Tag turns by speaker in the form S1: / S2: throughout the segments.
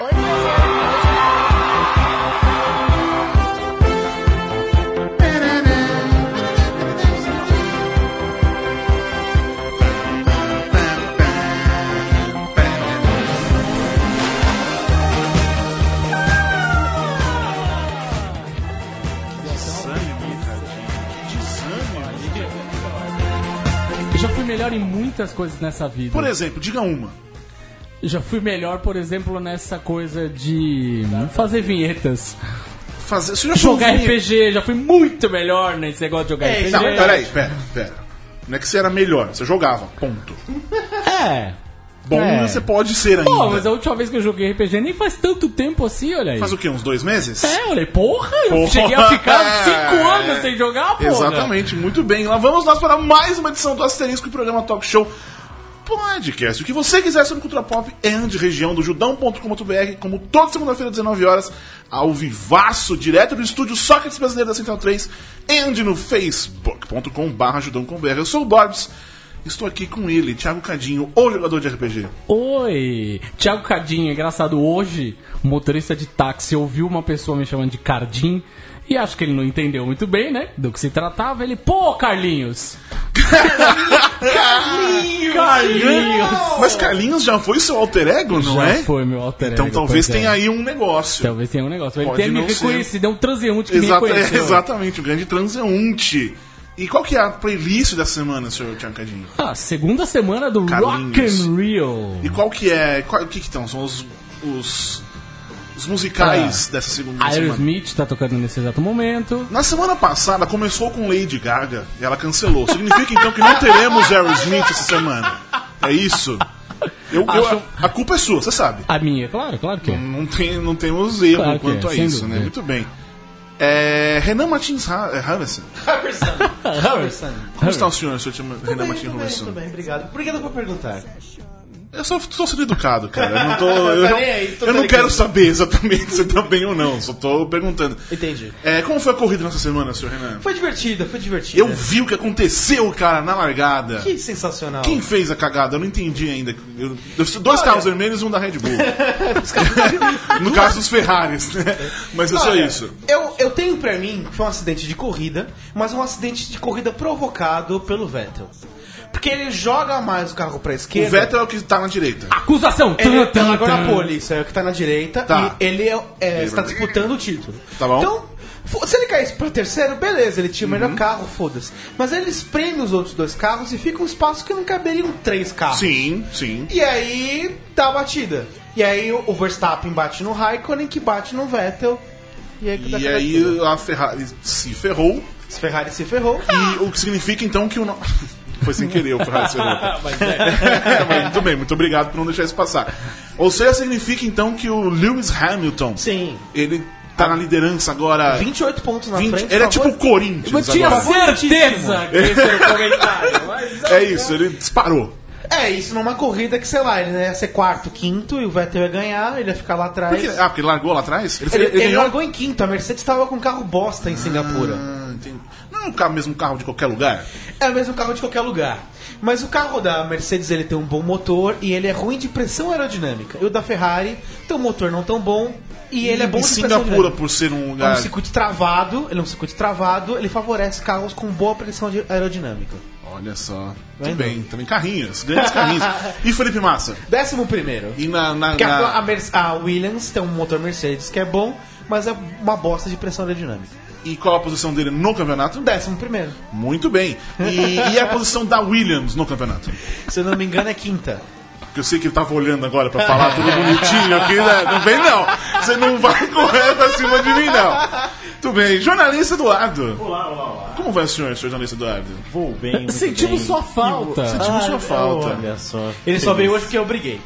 S1: Hoje
S2: Desame, tadinho. Desame, amiga.
S3: Eu já fui melhor em muitas coisas nessa vida.
S2: Por exemplo, diga um- uma.
S3: Eu já fui melhor, por exemplo, nessa coisa de fazer vinhetas.
S2: Fazer... Você já achou
S3: Jogar
S2: um vinho-
S3: RPG, já fui muito melhor nesse negócio de jogar
S2: É,
S3: RPG.
S2: Não, peraí, pera, pera. Não é que você era melhor, você jogava, ponto.
S3: É.
S2: Bom,
S3: É.
S2: você pode ser ainda.
S3: Pô, mas a última vez que eu joguei RPG nem faz tanto tempo assim, olha aí.
S2: Faz o quê, uns dois meses?
S3: É, eu olhei, porra, eu
S2: Porra.
S3: cheguei a ficar cinco
S2: É.
S3: anos sem jogar, porra.
S2: Exatamente, muito bem. Lá vamos nós para mais uma edição do Asterisco, o programa Talk Show Podcast. O que você quiser sobre cultura pop and região do judão.com.br, como toda segunda-feira, 19 horas, ao vivaço, direto do estúdio Sócrates Brasileiro da Central 3, and no facebook.com.br judão.com.br. Eu sou o Borbs, estou aqui com ele, Thiago Cadinho, o jogador de RPG.
S3: Oi, Thiago Cardinho, engraçado, hoje, um motorista de táxi ouviu uma pessoa me chamando de Cardim e acho que ele não entendeu muito bem, né, do que se tratava. Ele, pô, Carlinhos! Carlinhos! Carlinhos!
S2: Mas Carlinhos já foi seu alter ego, não
S3: Já
S2: é?
S3: foi meu alter
S2: Então
S3: ego,
S2: talvez
S3: pois é.
S2: tenha aí um negócio.
S3: Talvez tenha um negócio. Ele
S2: Pode
S3: tenha me
S2: não ser.
S3: reconhecido, é um transeunte que
S2: Exata-
S3: me reconheceu.
S2: exatamente, o grande transeunte. E qual que é a playlist da semana, senhor Tiancadinho?
S3: Ah, segunda semana do
S2: Carlinhos.
S3: Rock and Rio.
S2: E qual que é. qual- o que que estão? São os. os, os musicais dessa segunda semana.
S3: Ah, Aerosmith tá tocando nesse exato momento.
S2: Na semana passada começou com Lady Gaga e ela cancelou. Significa então que não teremos Aerosmith essa semana. É isso? Eu, eu-
S3: Acho-
S2: a culpa é sua, você sabe.
S3: A minha, claro, claro que é.
S2: Não, tem, não temos erro
S3: Claro que
S2: quanto
S3: é,
S2: a
S3: sem
S2: isso,
S3: dúvida.
S2: né? Muito bem. É, Renan Martins Ra- é, Harrison.
S4: Harrison.
S2: Como está o senhor, senhor Renan Martins assim, Harrison?
S4: tudo bem, obrigado. Obrigado por perguntar.
S2: Eu só tô sendo educado, cara. Eu não, tô, eu não,
S4: Parei Tá aí, tô
S2: eu não
S4: ligando.
S2: quero saber exatamente se tá bem ou não, só tô perguntando.
S4: Entendi.
S2: É, como foi a corrida nessa semana, senhor Renan?
S4: Foi divertida, foi divertida.
S2: Eu vi o que aconteceu, cara, na largada.
S4: Que sensacional.
S2: Quem fez a cagada? Eu não entendi ainda. Eu- eu- dois
S4: Olha.
S2: carros vermelhos e um da Red Bull. no caso dos Ferraris, né? Mas é só
S4: Olha,
S2: isso.
S4: Eu, eu tenho pra mim que foi um acidente de corrida, mas um acidente de corrida provocado pelo Vettel. Porque ele joga mais o carro pra
S2: O
S4: esquerda.
S2: Vettel é o que tá na direita.
S4: Ah.
S3: Acusação!
S2: É,
S4: Ele
S3: Tum, tum,
S4: tá agora
S3: tum.
S4: na pole, isso é o que tá na direita.
S2: Tá.
S4: E ele é- é, está disputando o título.
S2: Tá bom. Uhum.
S4: Então, fo- se ele caísse pra terceiro, beleza, ele tinha o melhor carro, foda-se. Mas ele espreme os outros dois carros e fica um espaço que não caberiam três carros.
S2: Sim, sim.
S4: E aí dá a batida. E aí o o Verstappen bate no Raikkonen, que bate no Vettel. E aí, dá
S2: E
S4: aquela
S2: aí
S4: tudo.
S2: a Ferrari se ferrou.
S4: Esse Ferrari se ferrou.
S2: E o que significa então que o. no- Foi sem querer o Ferrari se ferrou.
S3: Mas é.
S2: É, mas muito bem, muito obrigado por não deixar isso passar. Ou seja, significa então que o Lewis Hamilton,
S4: Sim.
S2: ele tá na liderança agora.
S4: 28 pontos na
S2: 20
S4: frente.
S2: ele é
S4: favor-
S2: tipo o
S3: Eu
S2: Corinthians
S3: tinha
S2: agora.
S5: é
S3: certeza que esse era o comentário. Mas...
S2: É isso, ele disparou.
S4: É, isso numa corrida que, sei lá, ele ia ser quarto, quinto, e o Vettel ia ganhar, ele ia ficar lá atrás.
S2: Por quê? ah, porque ele largou lá atrás?
S4: Ele, ele
S2: ganhou-
S4: largou em quinto, a Mercedes estava com um carro bosta em Singapura.
S2: Ah, entendi. Não é o carro- mesmo carro de qualquer lugar?
S4: É o mesmo carro de qualquer lugar. Mas o carro da Mercedes ele tem um bom motor e ele é ruim de pressão aerodinâmica. E o da Ferrari tem um motor não tão bom e ele é bom
S2: em
S4: de
S2: Singapura,
S4: pressão aerodinâmica.
S2: por ser um
S4: É um
S2: lugar.
S4: circuito travado, ele é um circuito travado, ele favorece carros com boa pressão de- aerodinâmica.
S2: Olha só. Muito
S4: Vai
S2: bem, também carrinhos, grandes carrinhos. E Felipe Massa?
S4: Décimo primeiro.
S2: E na. na-
S4: Porque
S2: na-
S4: a, a Merce- a Williams tem um motor Mercedes que é bom, mas é uma bosta de pressão aerodinâmica.
S2: E qual a posição dele no campeonato?
S4: Décimo primeiro.
S2: Muito bem. E, e a posição da Williams no campeonato?
S4: Se eu não me engano, é quinta.
S2: Que eu sei que ele tava olhando agora pra falar tudo bonitinho aqui, né? Não vem não. Você não vai correr pra cima de mim, não. Tudo bem. Jornalista Eduardo. Olá, olá, olá. Como vai o senhor, senhor jornalista Eduardo?
S5: Vou bem, muito
S3: Sentimos
S5: bem.
S3: sua falta.
S2: Sentimos sua falta.
S5: Olha só.
S4: Ele só veio hoje porque eu briguei.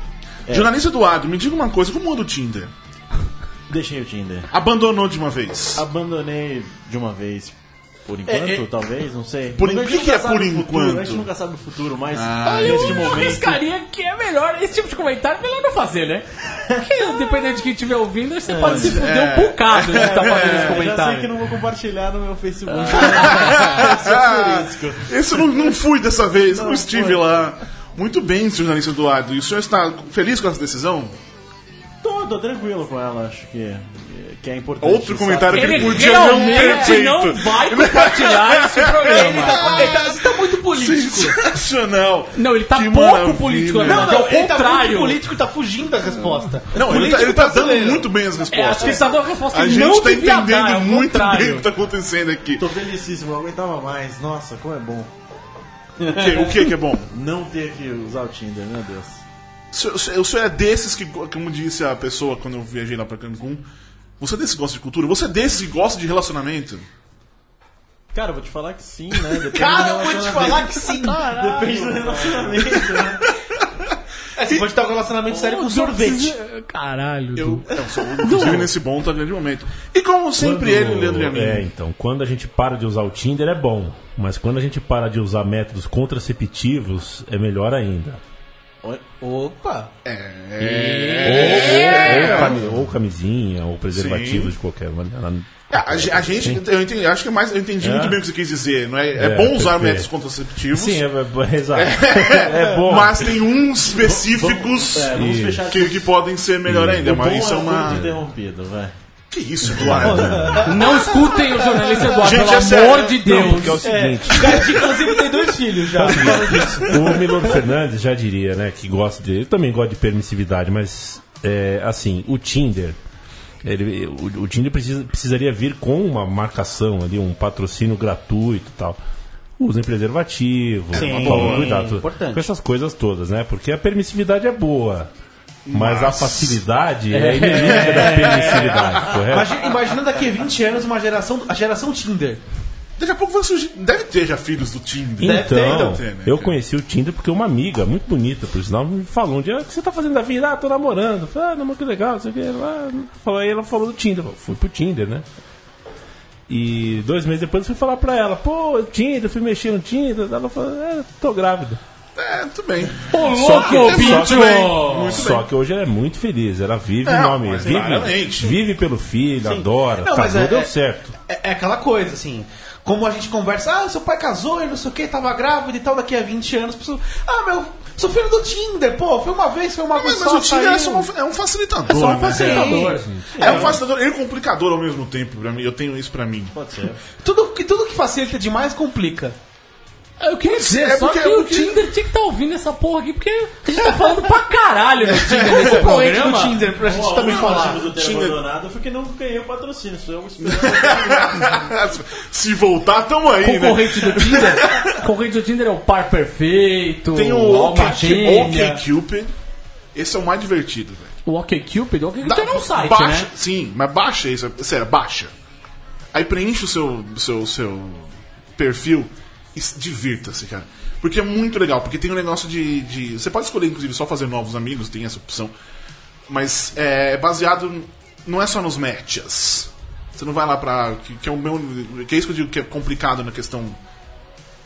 S2: Jornalista Eduardo, me diga uma coisa. Como anda o Tinder?
S5: Deixei o Tinder.
S2: Abandonou de uma vez?
S5: Ah, Abandonei de uma vez. Por enquanto, talvez, não sei.
S2: É, Por
S5: Mas a
S2: en-
S5: gente
S2: o que que
S5: nunca
S2: é
S5: sabe
S2: por
S5: o futuro, A
S2: enquanto? Ah,
S5: gente nunca sabe o futuro, mas
S3: Eu,
S5: neste
S3: eu
S5: momento.
S3: arriscaria que é melhor, esse tipo de comentário é melhor não fazer, né? Porque dependendo de quem estiver ouvindo, você pode se fuder
S2: é.
S3: um bocado de estar fazendo esse
S5: É, já sei que
S3: comentário.
S5: não vou compartilhar no meu Facebook.
S2: Ah. Esse eu Ah, não, não fui dessa vez. Não, estive lá. Muito bem, senhor jornalista Eduardo. E o senhor está feliz com essa decisão?
S5: Tô, Não, tô tranquilo com ela, acho que, que é importante.
S2: Outro
S5: sabe?
S2: comentário que
S3: Ele
S2: ele podia não ter
S3: realmente
S2: feito.
S3: não vai compartilhar esse
S4: Ele
S3: programa.
S4: tá, ele tá- você tá muito político.
S2: Sensacional!
S3: Não, ele tá
S2: Que
S3: pouco
S2: maravilha.
S3: político, na
S4: Não,
S3: verdade.
S4: não,
S3: Ao
S4: ele tá muito
S3: contrário.
S4: político e tá fugindo da resposta.
S2: Não, ele
S4: Político
S2: tá, ele tá dando
S4: brasileiro.
S2: muito bem as
S3: É, acho que ele
S2: respostas.
S3: tá dando a resposta
S2: A
S3: que
S2: gente
S3: não
S2: tá
S3: devia dar,
S2: entendendo
S3: ao
S2: muito bem o
S3: contrário.
S2: que tá acontecendo aqui.
S5: Tô felicíssimo, eu aguentava mais. Nossa, como é bom
S2: O que, o que que é bom?
S5: não ter que usar o Tinder, meu Deus.
S2: O senhor- O senhor é desses que, como disse a pessoa quando eu viajei lá pra Cancún, você é desses que gosta de cultura? Você é desses que gosta de relacionamento?
S5: Cara, eu vou te falar que sim, né? Depende do
S4: Cara, eu vou te
S5: relacionamento.
S4: falar que sim.
S5: Depende do relacionamento, né?
S4: É, você pode estar com um relacionamento sério com sorvete.
S3: Caralho.
S2: Eu, é, eu sou, inclusive, nesse bom, tá grande momento. E como sempre, ele, Leandro e a mim.
S1: É, então, quando a gente para de usar o Tinder é bom, mas quando a gente para de usar métodos contraceptivos é melhor ainda.
S4: Opa!
S1: Ou, cami- ou camisinha, ou preservativo
S2: Sim.
S1: de qualquer maneira.
S2: É, a, ge- a gente, eu entendi, acho que é mais, eu entendi
S1: É.
S2: muito bem o que você quis dizer. Não é, é,
S1: É,
S2: bom usar
S1: perfeito.
S2: métodos contraceptivos,
S1: Sim, é, é- é- exato. É bom.
S2: mas tem uns específicos
S5: É, vamos
S1: Isso.
S5: fechar
S2: que, que podem ser melhor ainda.
S5: O bom
S2: Mas isso é
S5: o curto
S2: uma.
S5: e interrompido, vai.
S2: Que isso, Eduardo?
S3: Não escutem o jornalista Eduardo,
S2: Gente, é
S3: pelo
S2: sério.
S3: amor de
S1: Não, porque é o
S3: Deus.
S1: seguinte,
S4: Gatti, inclusive, tem dois filhos já.
S1: o Milor Fernandes já diria, né, que gosta de. Eu também gosto de permissividade, mas é, assim, o Tinder. ele- o, o Tinder precisa- precisaria vir com uma marcação ali, um patrocínio gratuito e tal. Usem preservativo,
S4: Sim,
S1: por favor, cuidado. tudo.
S4: importante.
S1: Com essas coisas todas, né? Porque a permissividade é boa. Mas, a facilidade é, inimiga da permissividade,
S2: É.
S1: correto?
S4: Imagina, imagina daqui a 20 anos uma geração, a geração Tinder.
S2: Daqui a pouco vai surgir. Deve ter já filhos do Tinder.
S4: Deve ter,
S1: Então,
S2: deve ter, né?
S1: eu conheci o Tinder porque uma amiga, muito bonita, por sinal, me falou um dia, "Ah, o que você tá fazendo da vida? Ah, tô namorando. Eu Falei, ah, namoro que legal, não sei o que. Ela falou, aí ela falou do Tinder. Eu falei, fui pro Tinder, né? E dois meses depois eu fui falar pra ela, pô, Tinder, fui mexer no Tinder. Ela falou, é, tô grávida.
S2: É, tudo bem.
S3: Ô,
S1: Só
S3: louco,
S1: que-
S2: Muito bem,
S3: bicho!
S2: muito
S1: Só
S2: bem.
S1: que hoje ela é muito feliz, ela vive
S2: É,
S1: o nome,
S2: mas
S1: vive,
S2: claramente.
S1: vive pelo filho, adora,
S4: Não, mas
S1: casou,
S4: é-
S1: deu
S4: é-
S1: certo.
S4: É, é aquela coisa, assim. Como a gente conversa, ah, seu pai casou e não sei o que, tava grávida e tal, daqui a 20 anos, as pessoas, ah, meu, sou filho do Tinder, pô, foi uma vez, foi uma
S2: Mas,
S4: vez
S2: mas
S4: só,
S2: o Tinder é,
S4: saiu.
S2: só uma- é um facilitador.
S4: É só um
S2: né?
S4: facilitador,
S2: É um facilitador e um complicador ao mesmo tempo pra mim. Eu tenho isso pra mim.
S5: Pode ser.
S4: Tudo, que- tudo que facilita demais complica.
S3: Eu queria dizer,
S2: é
S3: só
S2: porque-
S3: que o
S2: porque-
S3: Tinder tinha que estar ouvindo essa porra aqui, porque a gente tá falando pra caralho no Tinder nesse programa.
S4: do Tinder pra gente
S5: Bom,
S4: também
S5: um
S4: falar.
S5: motivo de eu ter
S2: Tinder. é
S5: abandonado foi que não ganhei o patrocínio, só eu esperando.
S2: Se voltar, tamo aí, né?
S3: Concorrente do Tinder. Concorrente do Tinder é o par perfeito.
S2: Tem o
S3: alma gêmea.
S2: OkCupid. Esse é o mais divertido, velho.
S3: O OkCupid. O OkCupid é um site,
S2: baixa,
S3: né?
S2: Sim, mas baixa isso. Sério, baixa. Aí preenche o seu, seu, seu perfil e se- divirta-se, cara. Porque é muito legal, porque tem um negócio de, de- Você pode escolher, inclusive, só fazer novos amigos, tem essa opção. Mas é baseado. Não é só nos matches. Você não vai lá pra. Que, que é o meu. Que é isso que eu digo que é complicado na questão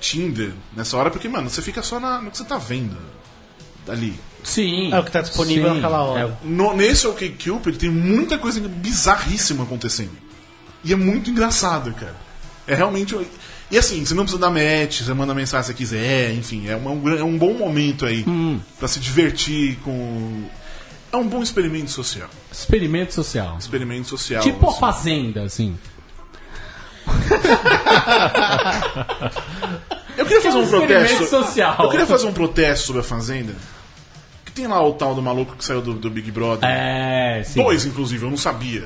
S2: Tinder nessa hora, porque, mano, você fica só na- no que você tá vendo. Ali.
S3: Sim.
S4: É o que tá disponível
S3: Sim.
S4: naquela hora.
S3: É,
S2: No, nesse OkCupid tem muita coisa bizarríssima acontecendo. E é muito engraçado, cara. É realmente. um- E assim, você não precisa dar match, você manda mensagem se quiser, enfim, é, uma- um gran- é um bom momento aí
S3: Hum.
S2: pra se divertir com. É um bom experimento social.
S3: Experimento social.
S2: Experimento social.
S3: Tipo a
S2: assim.
S3: Fazenda, assim.
S2: Eu queria fazer
S3: é um
S2: um protesto.
S3: experimento social.
S2: Eu queria fazer um protesto sobre a Fazenda. Que tem lá o tal do maluco que saiu do, do Big Brother.
S3: É, sim.
S2: Dois, inclusive, eu não sabia.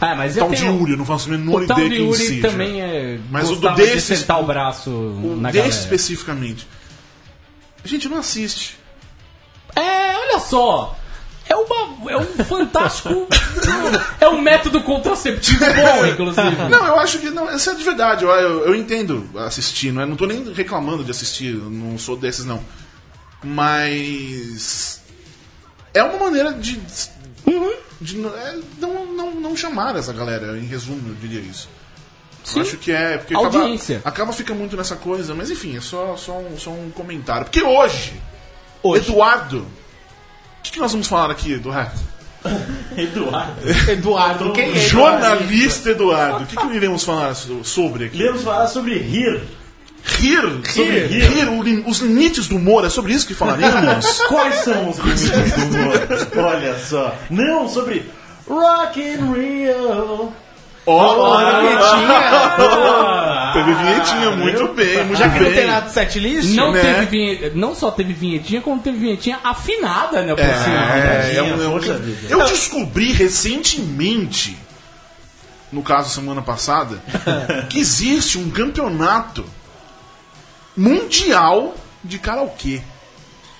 S3: É, mas eu
S2: Tal de
S3: tenho...
S2: Yuri, eu não faço a menor
S3: O tal
S2: ideia
S3: de
S2: quem
S3: Yuri
S2: seja.
S3: também é...
S2: Mas o do
S3: gostava de
S2: desses-
S3: sentar o braço
S2: O
S3: na
S2: desse
S3: galera.
S2: especificamente. A gente não assiste.
S3: É, olha só. É, uma, é um fantástico. é um método contraceptivo bom, inclusive.
S2: Não, eu acho que. Não, isso é de verdade. Eu, eu, eu entendo assistir, não é? Não tô nem reclamando de assistir, eu não sou desses, não. Mas. É uma maneira de. de não- é, não, não, não chamar essa galera, em resumo, eu diria isso. Eu acho que é. Porque acaba-
S3: Audiência.
S2: Acaba, fica muito nessa coisa, mas enfim, é só, só, um, só um comentário. Porque hoje,
S4: Hoje,
S2: Eduardo. O que, que nós vamos falar aqui, Eduardo?
S5: Eduardo.
S4: Eduardo, quem é?
S2: Jornalista Eduardo, o que, que iremos falar so- sobre aqui?
S5: Queremos falar sobre rir.
S2: Rir, sobre rir, o lim- os limites do humor, é sobre isso que falaremos.
S5: Quais são os limites do humor? Olha só. Não, sobre Rock in Rio.
S2: Olha,
S5: Ah,
S2: teve vinhetinha, muito bem, muito
S4: Já que não tem
S2: bem.
S4: nada de setlist,
S3: Não,
S2: né?
S3: teve vinheta, não só teve vinhetinha, como teve vinhetinha afinada, né? Por cima.
S2: É, é um- é um-
S5: Poxa vida.
S2: eu descobri recentemente, no caso semana passada, que existe um campeonato mundial de karaokê.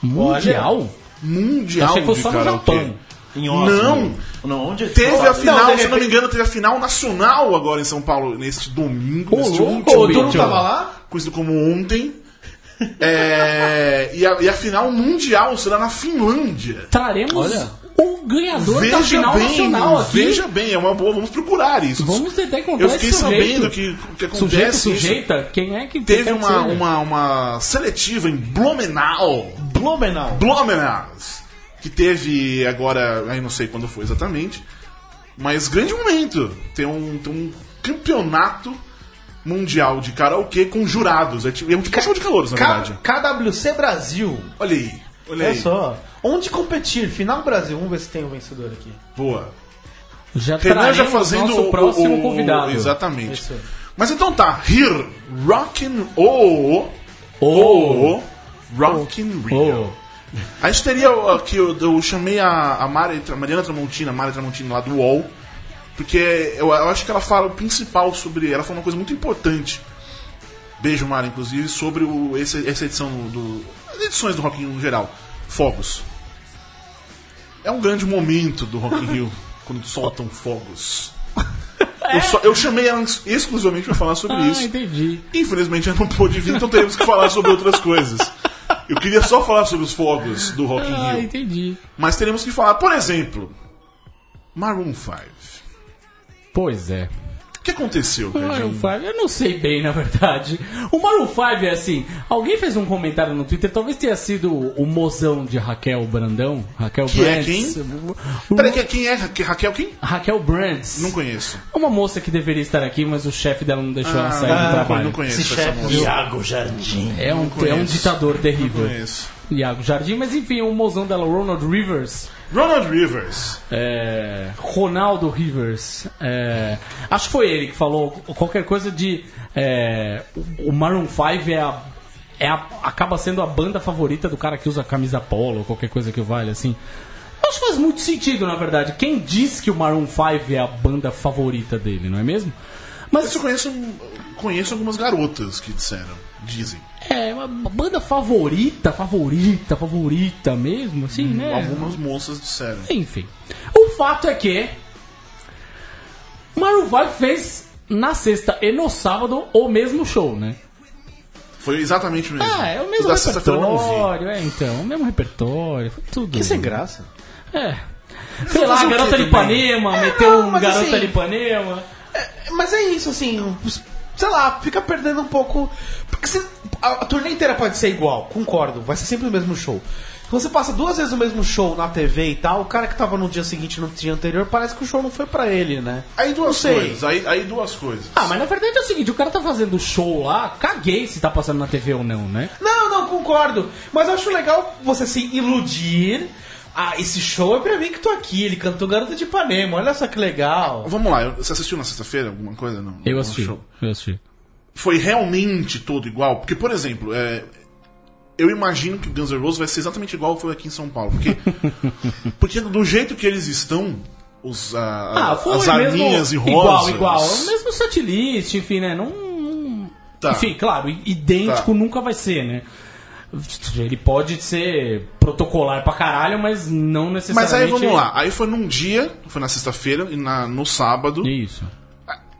S3: Mundial?
S2: Mundial
S3: Achei que fosse
S2: de
S3: só no
S2: karaokê.
S3: Japão.
S5: Em Oslo.
S2: Não.
S5: Não, onde é que
S2: né? Teve
S5: fala?
S2: a final,
S4: de
S2: se não me
S4: repente-
S2: engano, teve a final nacional agora em São Paulo, neste domingo, neste
S3: louco,
S2: último
S3: tu não
S2: domingo,
S4: tava lá?
S2: Conhecido como ontem. É, e, a, e a final mundial será na Finlândia.
S3: Traremos o ganhador da
S2: Veja
S3: final
S2: bem,
S3: nacional aqui.
S2: veja bem, é uma boa, vamos procurar isso.
S3: Vamos tentar encontrar
S2: Eu fiquei
S3: esse sujeito.
S2: sabendo que o que acontece.
S3: Sujeito,
S2: isso.
S3: sujeita, quem é que
S2: Teve
S3: quem é que
S2: uma,
S3: seja?
S2: uma, uma seletiva em Blumenau.
S4: Blumenau.
S2: Blumenau's, que teve agora, aí não sei quando foi exatamente, mas grande momento. Tem um, tem um campeonato mundial de karaokê com jurados. É tipo, é um tipo show de calouros, na
S4: K-
S2: verdade.
S4: KWC Brasil.
S2: Olha aí,
S3: É
S2: olha
S4: Olha
S2: aí.
S4: só. Onde competir? Final Brasil. Vamos ver se tem um vencedor aqui.
S2: Boa.
S3: Já
S2: Renan já
S3: traremos
S2: fazendo
S3: nosso
S2: o-
S3: próximo
S2: o- o-
S3: convidado. É
S2: Exatamente.
S4: Isso.
S2: Mas então tá, Here, Rockin' Oh,
S3: Oh.
S2: oh, Rockin' Rio. A gente teria ó, que eu, eu chamei a, a Mari, a Mariana Tramontina, a Mari Tramontina lá do UOL, porque eu, eu acho que ela fala o principal sobre. Ela falou uma coisa muito importante. Beijo, Mari, inclusive, sobre o, esse- essa edição do. As edições do Rock in Rio no geral. Fogos. É um grande momento do Rock in Rio quando soltam fogos. Eu, só- eu chamei ela ex- exclusivamente pra falar sobre
S3: Ah,
S2: isso.
S3: entendi.
S2: Infelizmente ela não pôde vir, então teremos que falar sobre outras coisas. Eu queria só falar sobre os fogos do Rock in
S3: Ah,
S2: Rio.
S3: entendi.
S2: Mas teremos que falar, por exemplo, Maroon 5.
S3: Pois é.
S2: O que aconteceu,
S3: O Maroon
S2: Cardinho?
S3: 5, eu não sei bem, na verdade. O Maroon 5 é assim, alguém fez um comentário no Twitter, talvez tenha sido o mozão de Raquel Brandão. Raquel
S2: Que é
S3: Brands.
S2: quem?
S3: O-
S2: Peraí, que- quem é Raque- Raquel? Quem?
S3: Raquel Brands.
S2: Não conheço.
S3: É Uma moça que deveria estar aqui, mas o chefe dela não deixou ela sair do
S2: Ah, não,
S3: trabalho.
S2: não conheço
S4: Esse
S2: essa
S4: chefe
S2: moça.
S5: Iago Jardim.
S3: É um, é um
S2: conheço.
S3: ditador terrível.
S2: Não conheço.
S3: Iago Jardim, mas enfim, o mozão dela, Ronald Rivers.
S2: Ronald Rivers.
S3: é, Ronaldo Rivers. é, acho que foi ele que falou qualquer coisa de. é, o o Maroon 5 é a, é a- acaba sendo a banda favorita do cara que usa camisa polo, qualquer coisa que vale, assim. Acho que faz muito sentido, na verdade. Quem diz que o Maroon 5 é a banda favorita dele, não é mesmo? Mas
S2: Mas eu conheço, conheço algumas garotas que disseram, dizem.
S3: É, uma banda favorita, favorita, favorita mesmo, assim,
S4: Hum,
S3: né?
S2: Algumas moças disseram.
S3: Enfim. O fato é que. Maroon 5 fez na sexta e no sábado o mesmo show, né?
S2: Foi exatamente o mesmo.
S3: Ah, é o mesmo
S2: da sexta-feira eu não ouvi.
S3: repertório, é então, o mesmo repertório, foi tudo.
S4: Que sem graça.
S3: É. Sei lá,
S4: fazer o
S3: garota
S4: quê
S3: de Ipanema,
S4: também? um É,
S3: meteu
S4: não,
S3: um
S4: mas
S3: garota
S4: assim-
S3: de Ipanema.
S4: Mas é isso, assim. Sei lá, fica perdendo um pouco. Porque se, a, a turnê inteira pode ser igual, concordo, vai ser sempre o mesmo show. Se você passa duas vezes o mesmo show na TV e tal, o cara que tava no dia seguinte e no dia anterior, parece que o show não foi pra ele, né?
S2: Aí
S4: Não
S2: duas
S4: sei.
S2: coisas, aí, aí duas coisas.
S3: Ah, mas na verdade é o seguinte, o cara tá fazendo show lá, caguei se tá passando na TV ou não, né?
S4: Não, não, concordo. Mas eu acho legal você se iludir. Ah, esse show é pra mim que tô aqui. Ele cantou Garota de Ipanema, olha só que legal.
S2: Vamos lá, você assistiu na sexta-feira alguma coisa? Não,
S3: Eu
S4: Um
S2: algum
S3: assisti,
S2: show?
S3: eu assisti.
S2: Foi realmente todo igual? Porque, por exemplo, é, eu imagino que o Guns N' Roses vai ser exatamente igual foi aqui em São Paulo. Porque, porque do jeito que eles estão, os, a- a-
S3: Ah, foi
S2: as
S3: mesmo
S2: arminhas e
S3: Igual,
S2: rosas...
S3: igual. É o mesmo setlist, enfim, né? Não. não-
S2: Tá.
S3: Enfim, claro, i- idêntico
S2: Tá.
S3: nunca vai ser, né? Ele pode ser protocolar pra caralho, mas não
S2: Mas aí
S3: necessariamente.
S2: vamos lá, aí foi num dia, foi na sexta-feira e na, no sábado. Ah,
S3: Isso.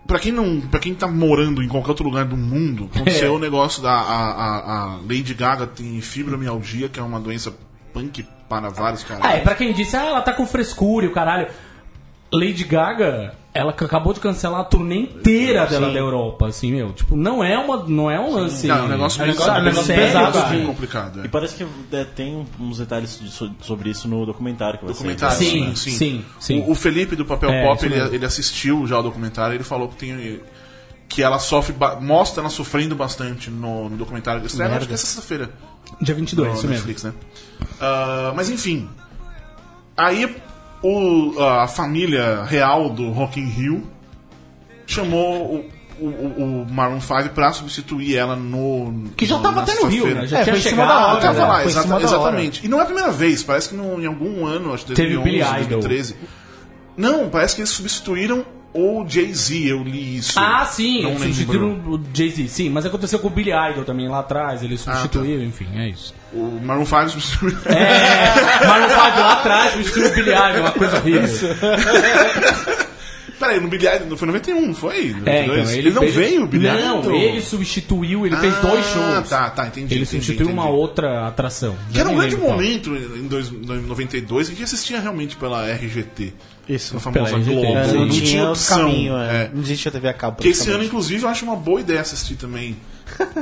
S2: Pra quem não, para quem tá morando em qualquer outro lugar do mundo, aconteceu o negócio da a, a- a Lady Gaga tem fibromialgia, que é uma doença punk para vários caras.
S3: Ah, é pra quem disse, ah, ela tá com frescura e o caralho. Lady Gaga, ela c- acabou de cancelar a turnê inteira dela da Europa, assim, meu. Tipo, não é, uma, não é um lance.
S2: Não, é um negócio
S3: é
S2: meio
S3: um negócio
S2: sério,
S3: pesado.
S2: assim,
S3: de-
S2: complicado.
S5: E
S2: É.
S5: parece que é, tem uns detalhes de- so- sobre isso no documentário que vai
S2: Documentário.
S5: sair.
S3: Sim,
S2: né?
S3: sim, sim.
S2: O, o Felipe do Papel
S3: É,
S2: Pop,
S3: isso
S2: ele,
S3: mesmo.
S2: ele assistiu já o documentário, ele falou que tem que ela sofre, ba- mostra ela sofrendo bastante no, no documentário que estreia, acho que é sexta-feira
S3: Dia
S2: no
S3: 22, É isso mesmo.
S2: Netflix, né? Ah, mas enfim. Aí o- a família real do Rock in Rio chamou o, o, o- o Maroon 5 pra substituir ela no.
S3: Que já
S2: no-
S3: tava
S2: na
S3: até no Rio,
S2: sexta-feira.
S3: né? Já
S4: É,
S3: tinha
S4: foi em cima
S3: chegado.
S4: da hora,
S2: Eu tava
S4: né?
S2: lá,
S4: Foi em
S2: Ah, exata-
S4: cima da
S2: exatamente. E não é a primeira vez, parece que no- em algum ano, acho que
S3: Teve o
S2: 2011,
S3: Billy Idol.
S2: 2013. Não, parece que eles substituíram o Jay-Z, eu li isso.
S3: Ah, sim,
S2: Não
S3: eles
S2: lembro.
S3: substituíram o Jay-Z, sim, mas aconteceu com o Billy Idol também lá atrás, eles
S2: Ah, tá.
S3: substituíram, enfim, é isso.
S2: O Maroon 5 substituiu.
S3: É, Maroon 5 lá atrás substituiu o Billy Idol, uma coisa horrível.
S2: Peraí, no Billy Idol foi 91, foi?
S3: É, então,
S2: 92? ele, não veio, o Billy
S3: Não,
S2: Idol?
S3: ele substituiu, ele fez dois shows.
S2: Ah, tá, tá, entendi.
S3: Ele
S2: entendi,
S3: substituiu
S2: entendi.
S3: uma outra atração.
S2: Que era um
S3: Já nem
S2: grande
S3: lembro qual.
S2: momento em dois- em 92 em que assistia realmente pela RGT.
S4: Isso,
S2: a famosa
S3: pela RGT.
S2: Globo.
S3: É,
S4: Não,
S2: não tinha,
S4: tinha os
S2: opção.
S4: caminhos, é.
S2: é.
S4: Não existia TV a cabo.
S2: Que esse ano, inclusive, eu acho uma boa ideia assistir também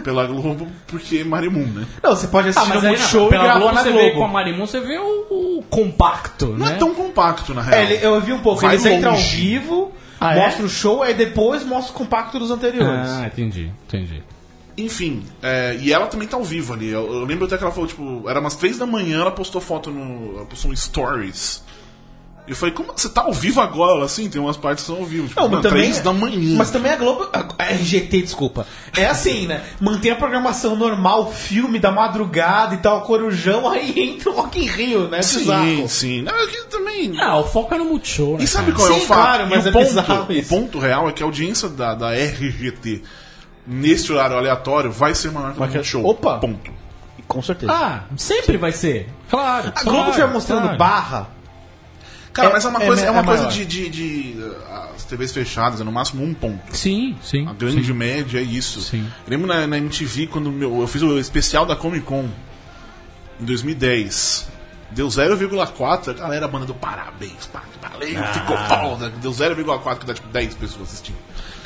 S2: pela Globo, porque é Marimun, né?
S4: Não, você pode
S3: Ah,
S4: assistir
S3: mas
S4: um
S3: aí,
S4: show
S3: show
S4: e
S3: pela
S4: gravar
S3: Globo,
S4: na
S3: você vê com a
S4: Globo.
S3: Marimun, você vê o, o compacto,
S2: Não
S3: né?
S2: é tão compacto, na real.
S4: É, ele- eu vi um pouco.
S2: Vai
S4: Eles entram ao
S2: longe.
S4: vivo,
S3: Ah, é?
S4: mostra o show, aí depois mostra o compacto dos anteriores.
S3: Ah, entendi, entendi.
S2: Enfim, é, e ela também tá ao vivo ali. Eu, eu lembro até que ela falou, tipo, era umas três da manhã, ela postou foto no. Ela postou um stories. E eu falei, como você tá ao vivo agora? Ela, assim, tem umas partes que são ao vivo. Tipo,
S4: Não, mas também- é
S2: três da manhã.
S4: Mas também a Globo. a- A RGT, desculpa. É assim, né? Mantém a programação normal, filme da madrugada e tal, corujão, aí entra o Rock in Rio, né?
S2: Sim,
S4: Bizarro.
S2: sim. Não, é que também.
S3: Ah, o foco é no Multishow, né?
S2: E sabe qual é o
S4: Sim,
S2: fato?
S4: claro, mas
S2: E o,
S4: é bizarro
S2: ponto, o
S4: isso.
S2: ponto real é que a audiência da, da RGT neste horário aleatório vai ser maior que o
S4: que-
S2: show.
S4: Opa.
S2: Ponto.
S4: Com certeza.
S3: Ah, sempre vai ser. Claro.
S4: a Globo já mostrando barra.
S2: Cara,
S4: É-
S2: mas é uma
S4: é
S2: coisa,
S4: me-
S2: é uma
S4: é
S2: coisa
S4: maior.
S2: de, de, de, uh, as TVs fechadas, é no máximo um ponto.
S3: Sim, sim.
S2: A grande média é isso.
S3: Sim.
S2: Eu lembro na, na MTV quando meu- eu fiz o especial da Comic Con em 2010. Deu 0,4, a galera mandando parabéns, pá, que valeu,
S4: Ah.
S2: ficou foda. Deu 0,4, que dá tipo 10 pessoas assistindo.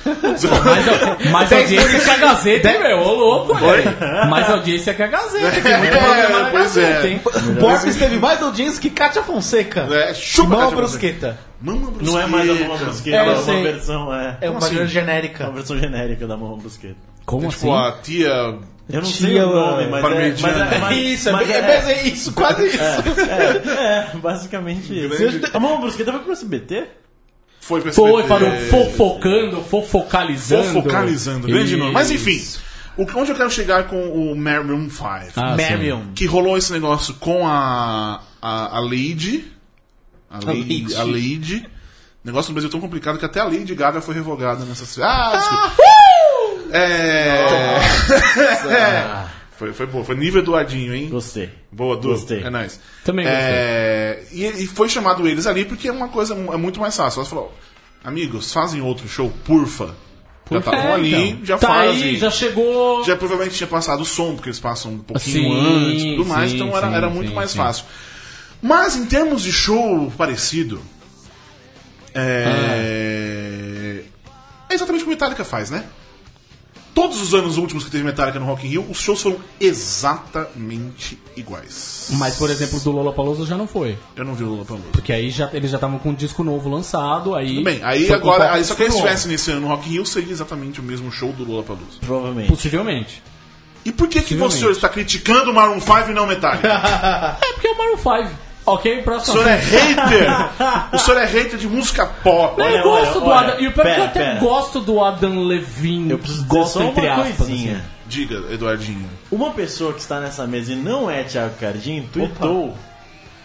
S3: Mais, mais audiência que é a Gazeta, hein, meu? Ô, louco, velho. Mais audiência que a Gazeta.
S4: um
S3: Tem muito
S2: É,
S3: programa na
S2: pois
S3: Gazeta,
S2: é.
S3: hein?
S4: Borges teve mais audiência que Kátia Fonseca.
S2: É, chupa,
S4: Mão
S2: Cátia
S4: brusqueta.
S2: Mama Brusqueta.
S5: Não é mais a Mamão Brusqueta,
S4: É, eu
S5: é, uma
S4: sei.
S5: versão, é.
S4: É
S5: É
S4: uma
S2: assim?
S4: grande
S5: uma
S4: genérica.
S5: versão genérica da Mamão Brusqueta.
S3: Como
S2: Tipo, a
S4: assim?
S2: tia.
S5: Eu não
S4: Tia,
S5: sei o nome, mas é, mas
S2: parmegiana.
S5: é, mas,
S4: isso, é,
S5: mas
S4: bem- é, bem- é isso, quase isso.
S5: é, é, basicamente isso.
S2: Grande-
S5: A Mamão Brusqueta foi pro SBT?
S2: Foi pra
S3: Foi,
S2: SBT.
S3: parou fofocando, fofocalizando.
S2: Fofocalizando. Grande nome. Mas enfim,
S3: Isso.
S2: o, onde eu quero chegar com o Marion 5?
S3: Ah, sim.
S4: Marion.
S2: Que rolou esse negócio com a. A, a Lady. A Lady.
S4: Lady.
S2: A Lady. Negócio no Brasil tão complicado que até a Lady Gaga foi revogada nessa. Ah, desculpa. É. É. Foi, foi boa, foi nível doadinho, hein?
S5: Gostei.
S2: Boa, Du.
S5: Gostei.
S2: É nóis.
S3: Também
S2: É, e, e foi chamado eles ali porque é uma coisa mu- é muito mais fácil. Elas falaram, amigos, fazem outro show, porfa. Já estavam
S3: É,
S2: ali,
S3: então.
S2: já assim.
S3: tá
S2: fazem.
S3: aí,
S2: já...
S3: já chegou.
S2: provavelmente tinha passado o som, porque eles passam um pouquinho
S3: Sim,
S2: antes e tudo mais,
S3: sim,
S2: então era,
S3: sim,
S2: era muito
S3: sim,
S2: mais
S3: sim.
S2: fácil. Mas em termos de show parecido,
S3: Ah.
S2: é, é exatamente o que o Metallica faz, né? Todos os anos últimos que teve Metallica no Rock in Rio, os shows foram exatamente iguais.
S3: Mas, por exemplo, do Lollapalooza já não foi.
S2: Eu não vi o Lollapalooza.
S3: Porque aí já, eles já estavam com um disco novo lançado, aí...
S2: Tudo bem, aí
S3: foi com
S2: agora,
S3: foco
S2: aí só que
S3: no
S2: eles
S3: novo.
S2: tivessem nesse ano no Rock in Rio, seria exatamente o mesmo show do Lollapalooza.
S5: Provavelmente.
S3: Possivelmente.
S2: E por que que
S3: Possivelmente.
S2: você está criticando o Maroon 5 e não o Metallica?
S3: É porque é o Maroon 5. Ok,
S2: O
S3: próximo.
S2: senhor é hater! O senhor é hater de música pop!
S3: Eu
S5: Olha,
S3: gosto
S5: olha,
S3: do
S5: olha.
S3: Adam... E o pior é que eu
S5: Pera,
S3: até
S5: pera.
S3: gosto do Adam Levine.
S5: Eu preciso dizer
S3: gosto,
S5: só
S3: entre
S5: uma
S3: aspas.
S5: coisinha.
S3: assim.
S2: Diga, Eduardinho.
S5: Uma pessoa que está nessa mesa e não é Thiago Cardim tweetou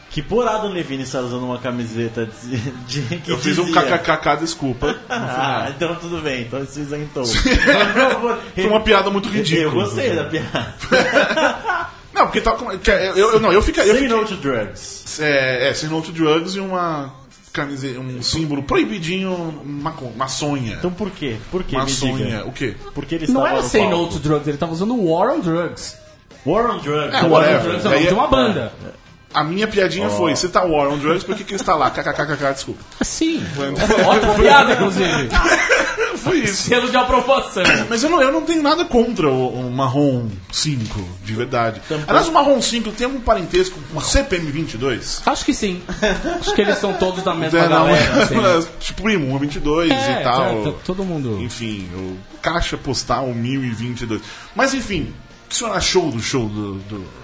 S5: que por Adam Levine estar usando uma camiseta de, de- que
S2: Eu fiz um
S5: dizia-
S2: kkkk, desculpa.
S5: Ah, então tudo bem, então isso isentou. Foi
S2: Foi uma piada muito
S5: Eu
S2: ridícula.
S5: gostei da piada.
S2: Não, porque tá com... que- Eu, eu, não, eu fica- eu
S5: Say
S2: fiquei...
S5: no to drugs.
S2: É, é, sem no to drugs e uma camiseta, um símbolo proibidinho maco- maçonha.
S5: Então por quê? Por quê? Me
S2: Maçonha.
S5: diga.
S2: O quê?
S5: Por que ele
S3: Não
S5: estava
S3: era
S5: no
S3: Say No
S5: palco?
S3: To Drugs, ele tava usando War on Drugs.
S5: War on drugs.
S2: É,
S5: War on
S2: whatever.
S3: Drugs é o
S2: Aí
S3: nome
S2: é-
S3: de uma banda.
S2: A minha piadinha foi, você tá War on Drugs, por que que ele está lá? Kkkk, desculpa.
S3: É. Sim. Ótima piada, inclusive.
S2: Foi isso.
S3: Selo de aprovação.
S2: Mas eu não, eu não tenho nada contra o, o Marrom 5, de verdade. Aliás, o Marrom 5 tem algum parentesco com o CPM22?
S3: Acho que sim. Acho que eles são todos da mesma
S2: É, não,
S3: galera. assim.
S2: é, tipo, primo, o 22
S3: É,
S2: e tal.
S3: tá, tá, todo mundo.
S2: Enfim, o caixa postal 1022. Mas enfim, o que o senhor achou do show do. do-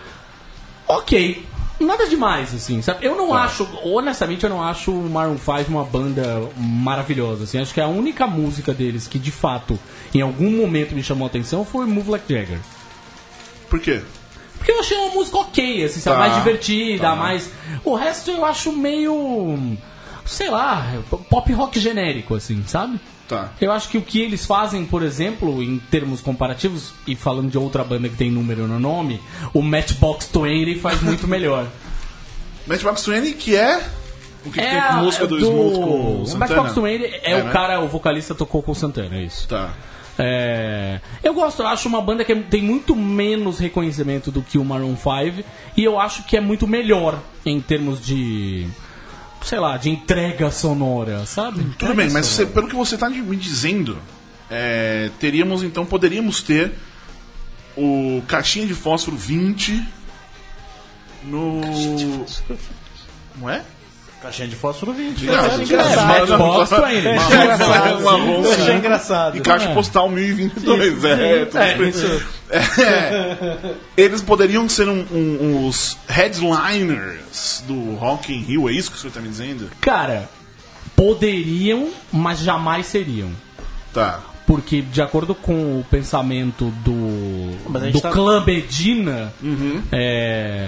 S3: Ok. Nada demais, assim, sabe? Eu não acho, honestamente, eu não acho o Maroon 5 uma banda maravilhosa, assim. Acho que a única música deles que, de fato, em algum momento me chamou a atenção foi Move Like Jagger.
S2: Por quê?
S3: Porque eu achei uma música ok, assim, sabe?
S2: Tá,
S3: mais divertida, mais. O resto eu acho meio. sei lá, pop rock genérico, assim, sabe?
S2: Tá.
S3: Eu acho que o que eles fazem, por exemplo, em termos comparativos, e falando de outra banda que tem número no nome, o Matchbox 20 faz muito melhor.
S2: Matchbox 20, que é. O que, que tem
S3: a-
S2: música do, Smooth com o
S3: o
S2: Santana?
S3: Matchbox 20 é,
S2: É,
S3: o
S2: né?
S3: cara, o vocalista tocou com o Santana, é isso.
S2: Tá.
S3: É, eu gosto, eu acho uma banda que é- tem muito menos reconhecimento do que o Maroon 5 e eu acho que é muito melhor em termos de sei lá, de entrega sonora, sabe?
S2: Tudo
S3: Entrega
S2: bem, mas você-
S3: sonora.
S2: pelo que você está me dizendo, é, teríamos então, poderíamos ter o caixinha de fósforo 20 no. Não é?
S5: Caixinha de fósforo 20.
S2: Não,
S5: Cara,
S2: gente,
S5: engraçado.
S2: é,
S3: Matchbox
S2: uma-
S3: 20.
S2: uma-
S4: Engraçado,
S2: uma- uma-
S4: isso já é engraçado.
S2: E caixa
S3: É.
S2: postal 1022, é, tudo bem. É. Eles poderiam ser um- um- os headliners do Rock in Rio, é isso que o senhor tá me dizendo?
S3: Cara, poderiam, mas jamais seriam.
S2: Tá.
S3: Porque, de acordo com o pensamento do,
S5: Mas a gente
S3: do
S5: tá- Uhum.
S3: clã Medina, é,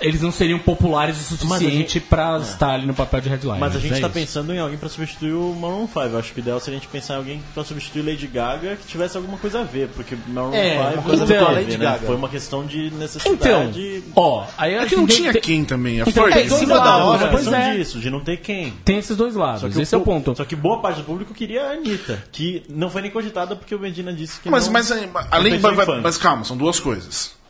S3: eles não seriam populares o suficiente pra estar ali no papel de headline.
S5: É. Mas a gente
S3: é
S5: tá
S3: isso.
S5: pensando em alguém pra substituir o Maroon 5. Eu acho que o ideal seria a gente pensar em alguém pra substituir Lady Gaga que tivesse alguma coisa a ver, porque Maroon
S3: É,
S5: 5
S3: uma coisa
S5: não
S3: muito
S5: teve,
S4: Lady
S5: né?
S4: Gaga.
S5: Foi uma questão de necessidade.
S3: Então, ó, aí
S2: É
S3: acho
S2: que não
S3: tem-
S2: tinha
S3: tem-
S2: quem também, é a
S3: Então,
S2: Fergie.
S3: tem dois
S2: Em cima da
S3: lados,
S2: hora.
S5: né? Uma
S3: pois
S5: questão
S3: é.
S5: disso, de não ter quem.
S3: Tem esses dois lados,
S5: Só que
S3: esse é o
S5: pu-
S3: ponto.
S5: Só que boa parte do público queria a Anitta, que não foi nem cogitada porque o Medina disse que
S2: Mas,
S5: não...
S2: mas, é, além,
S5: pensou
S2: mas,
S5: em
S2: mas-
S5: funk.
S2: mas calma, são duas coisas.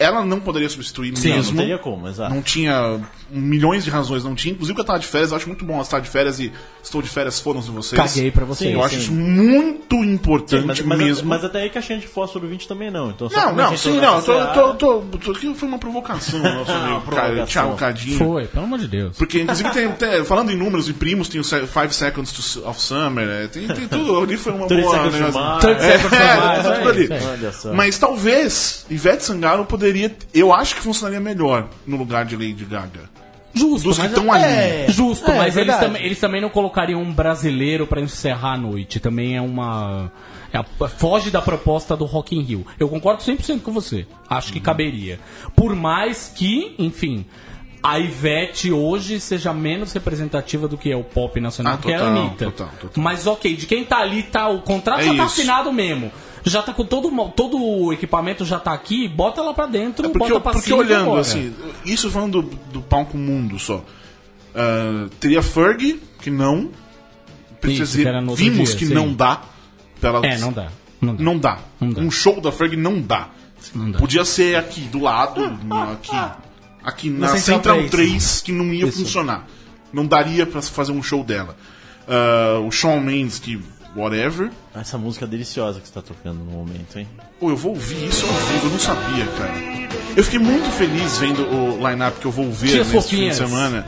S2: Ela não poderia substituir
S5: Sim,
S2: mesmo.
S5: não teria como, exato.
S2: Não tinha milhões de razões, não tinha. Inclusive que eu tava de férias, eu acho muito bom ela estar de férias e estou de férias, foram de vocês.
S3: Caguei pra vocês.
S5: Sim,
S2: Eu acho isso muito importante
S5: Sim, mas, mas,
S2: é mesmo.
S5: mas até aí caixinha de fósforo 20 também não. Então, só
S2: não,
S5: como a
S2: não,
S5: gente
S2: sim,
S5: entrou
S2: não.
S5: nessa
S2: Tô, tô,
S5: seara-
S2: tô, tô- aquilo foi uma provocação, nosso amigo Ca-
S5: assim, ah, provocação.
S2: Thiago Cadinho.
S3: Foi, pelo amor de Deus.
S2: Porque, inclusive, tem, tem- falando em números e primos, tem o Se- Five Seconds to S- of Summer, né? tem, tem tudo. Ali foi uma
S5: Three
S2: boa.
S5: Seconds to
S2: negócio.
S5: Mars.
S3: Thirty
S2: É,
S3: Seconds to Mars,
S2: tá tudo
S3: é
S2: ali.
S3: isso, é.
S5: Olha só.
S2: Mas talvez Ivete Sangalo poderia. Eu acho que funcionaria melhor no lugar de Lady Gaga.
S3: Justo,
S2: Dos que
S3: mas,
S2: estão ali.
S3: justo,
S4: É,
S3: mas eles,
S4: verdade.
S3: também, eles também não colocariam um brasileiro pra encerrar a noite. Também é uma. é a- foge da proposta do Rock in Rio. Eu concordo 100% com você. Acho
S2: Uhum.
S3: que caberia. Por mais que, enfim, a Ivete hoje seja menos representativa do que é o pop nacional,
S2: Ah,
S3: que é a
S2: total,
S3: Anitta.
S2: total, total.
S3: Mas ok, de quem tá ali, tá, o contrato
S2: É
S3: já tá
S2: isso.
S3: assinado mesmo. Já tá com todo, o- todo o equipamento, já tá aqui, bota ela pra dentro,
S2: É Porque,
S3: bota pra
S2: porque
S3: cima e
S2: olhando,
S3: vambora.
S2: assim, isso falando do, do palco mundo só. Ah, teria Ferg, que não. Precisa
S3: Isso,
S2: dizer,
S3: que era no outro
S2: vimos
S3: dia,
S2: que
S3: sim.
S2: não dá. pra ela-
S3: É, não dá. Não dá.
S2: Não dá.
S3: Não dá.
S2: Um show da Ferg não dá.
S3: Não dá.
S2: Podia ser aqui, do lado, no- aqui. Aqui na, Central, 3, que não ia funcionar. Não daria pra se fazer um show dela. Ah, o Shawn Mendes, que whatever.
S5: Ah, Essa música deliciosa que você tá tocando no momento, hein?
S2: Pô, eu vou ouvir isso ao vivo, eu não sabia, cara. Eu fiquei muito feliz vendo o line-up que eu vou ver
S3: Tias
S2: nesse
S3: fofinhas.
S2: fim de semana.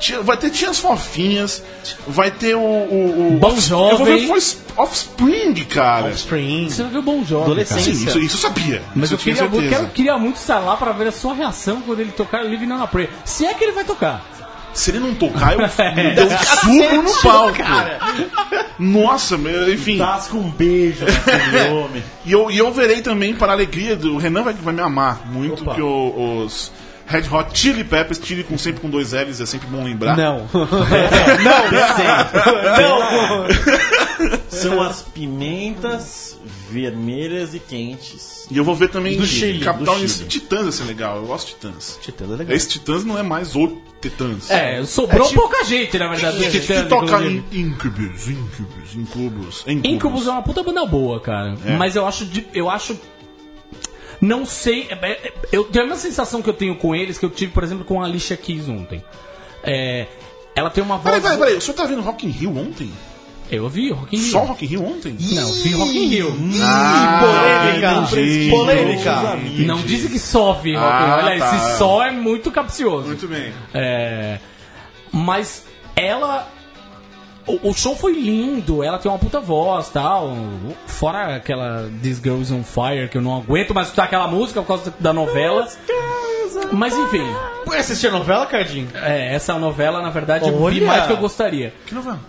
S2: Tia- vai ter Tias Fofinhas, vai ter o. o, o
S3: Bom
S2: Offs-
S3: Jovem.
S2: Eu vou ver o Offs- Offspring, cara.
S4: Spring.
S3: Você vai ver o Bon Jovi, cara.
S2: Sim, isso, isso eu sabia.
S3: Mas
S2: isso
S3: eu
S2: tinha
S3: queria, eu
S2: certeza.
S3: quero- queria muito estar lá pra ver a sua reação quando ele tocar Live Nana Prayer. Se é que ele vai tocar.
S2: Se ele não tocar, eu eu
S3: É
S2: dou um surro no palco. Nossa, meu, enfim.
S5: Tasca um beijo
S2: É.
S5: naquele homem.
S2: E eu, e eu verei também, para a alegria do o Renan, vai, vai me amar muito, que o- os Red Hot Chili Peppers, Chili com, sempre com dois L's, é sempre bom lembrar.
S4: Não.
S5: São as pimentas vermelhas e quentes.
S2: E eu vou ver também
S5: Do Chile,
S2: Capital
S5: do
S2: Inicial.
S5: Chile.
S2: Titãs ia ser legal, eu gosto de Titãs.
S4: Titãs é legal.
S2: Esse Titãs não é mais o Titãs.
S3: É, tipo sobrou pouca gente, na verdade,
S2: Que,
S3: do
S2: que,
S3: Titanic.
S2: toca
S3: inclusive.
S2: em Incubus, Incubus, Incubus,
S3: Incubus é uma puta banda boa, cara.
S2: É.
S3: Mas eu acho. de- Eu acho. Não sei. é- é- Eu tenho a mesma sensação que eu tenho com eles que eu tive, por exemplo, com a Alicia Keys ontem. É, ela tem uma voz.
S2: Peraí, peraí, peraí, o senhor tá vendo Rock in Rio ontem?
S3: Eu vi Rock in Rio.
S2: Só Rock in Rio ontem?
S3: Não, vi Rock in Rio.
S2: Ah,
S4: polêmica.
S2: entendi.
S4: Polêmica.
S3: Não disse que só vi Rock in Rio.
S2: Ah,
S3: Olha,
S2: tá.
S3: esse só é muito capcioso.
S2: Muito bem.
S3: É, mas ela. O, o show foi lindo, ela tem uma puta voz tal. Fora aquela This Girls on Fire, que eu não aguento mais escutar aquela música por causa da novela. Mas enfim,
S4: Você assistiu a novela, Cardinho?
S3: é, essa novela, na verdade, eu vi
S4: Olha!
S3: mais do que eu gostaria.
S2: Que novela?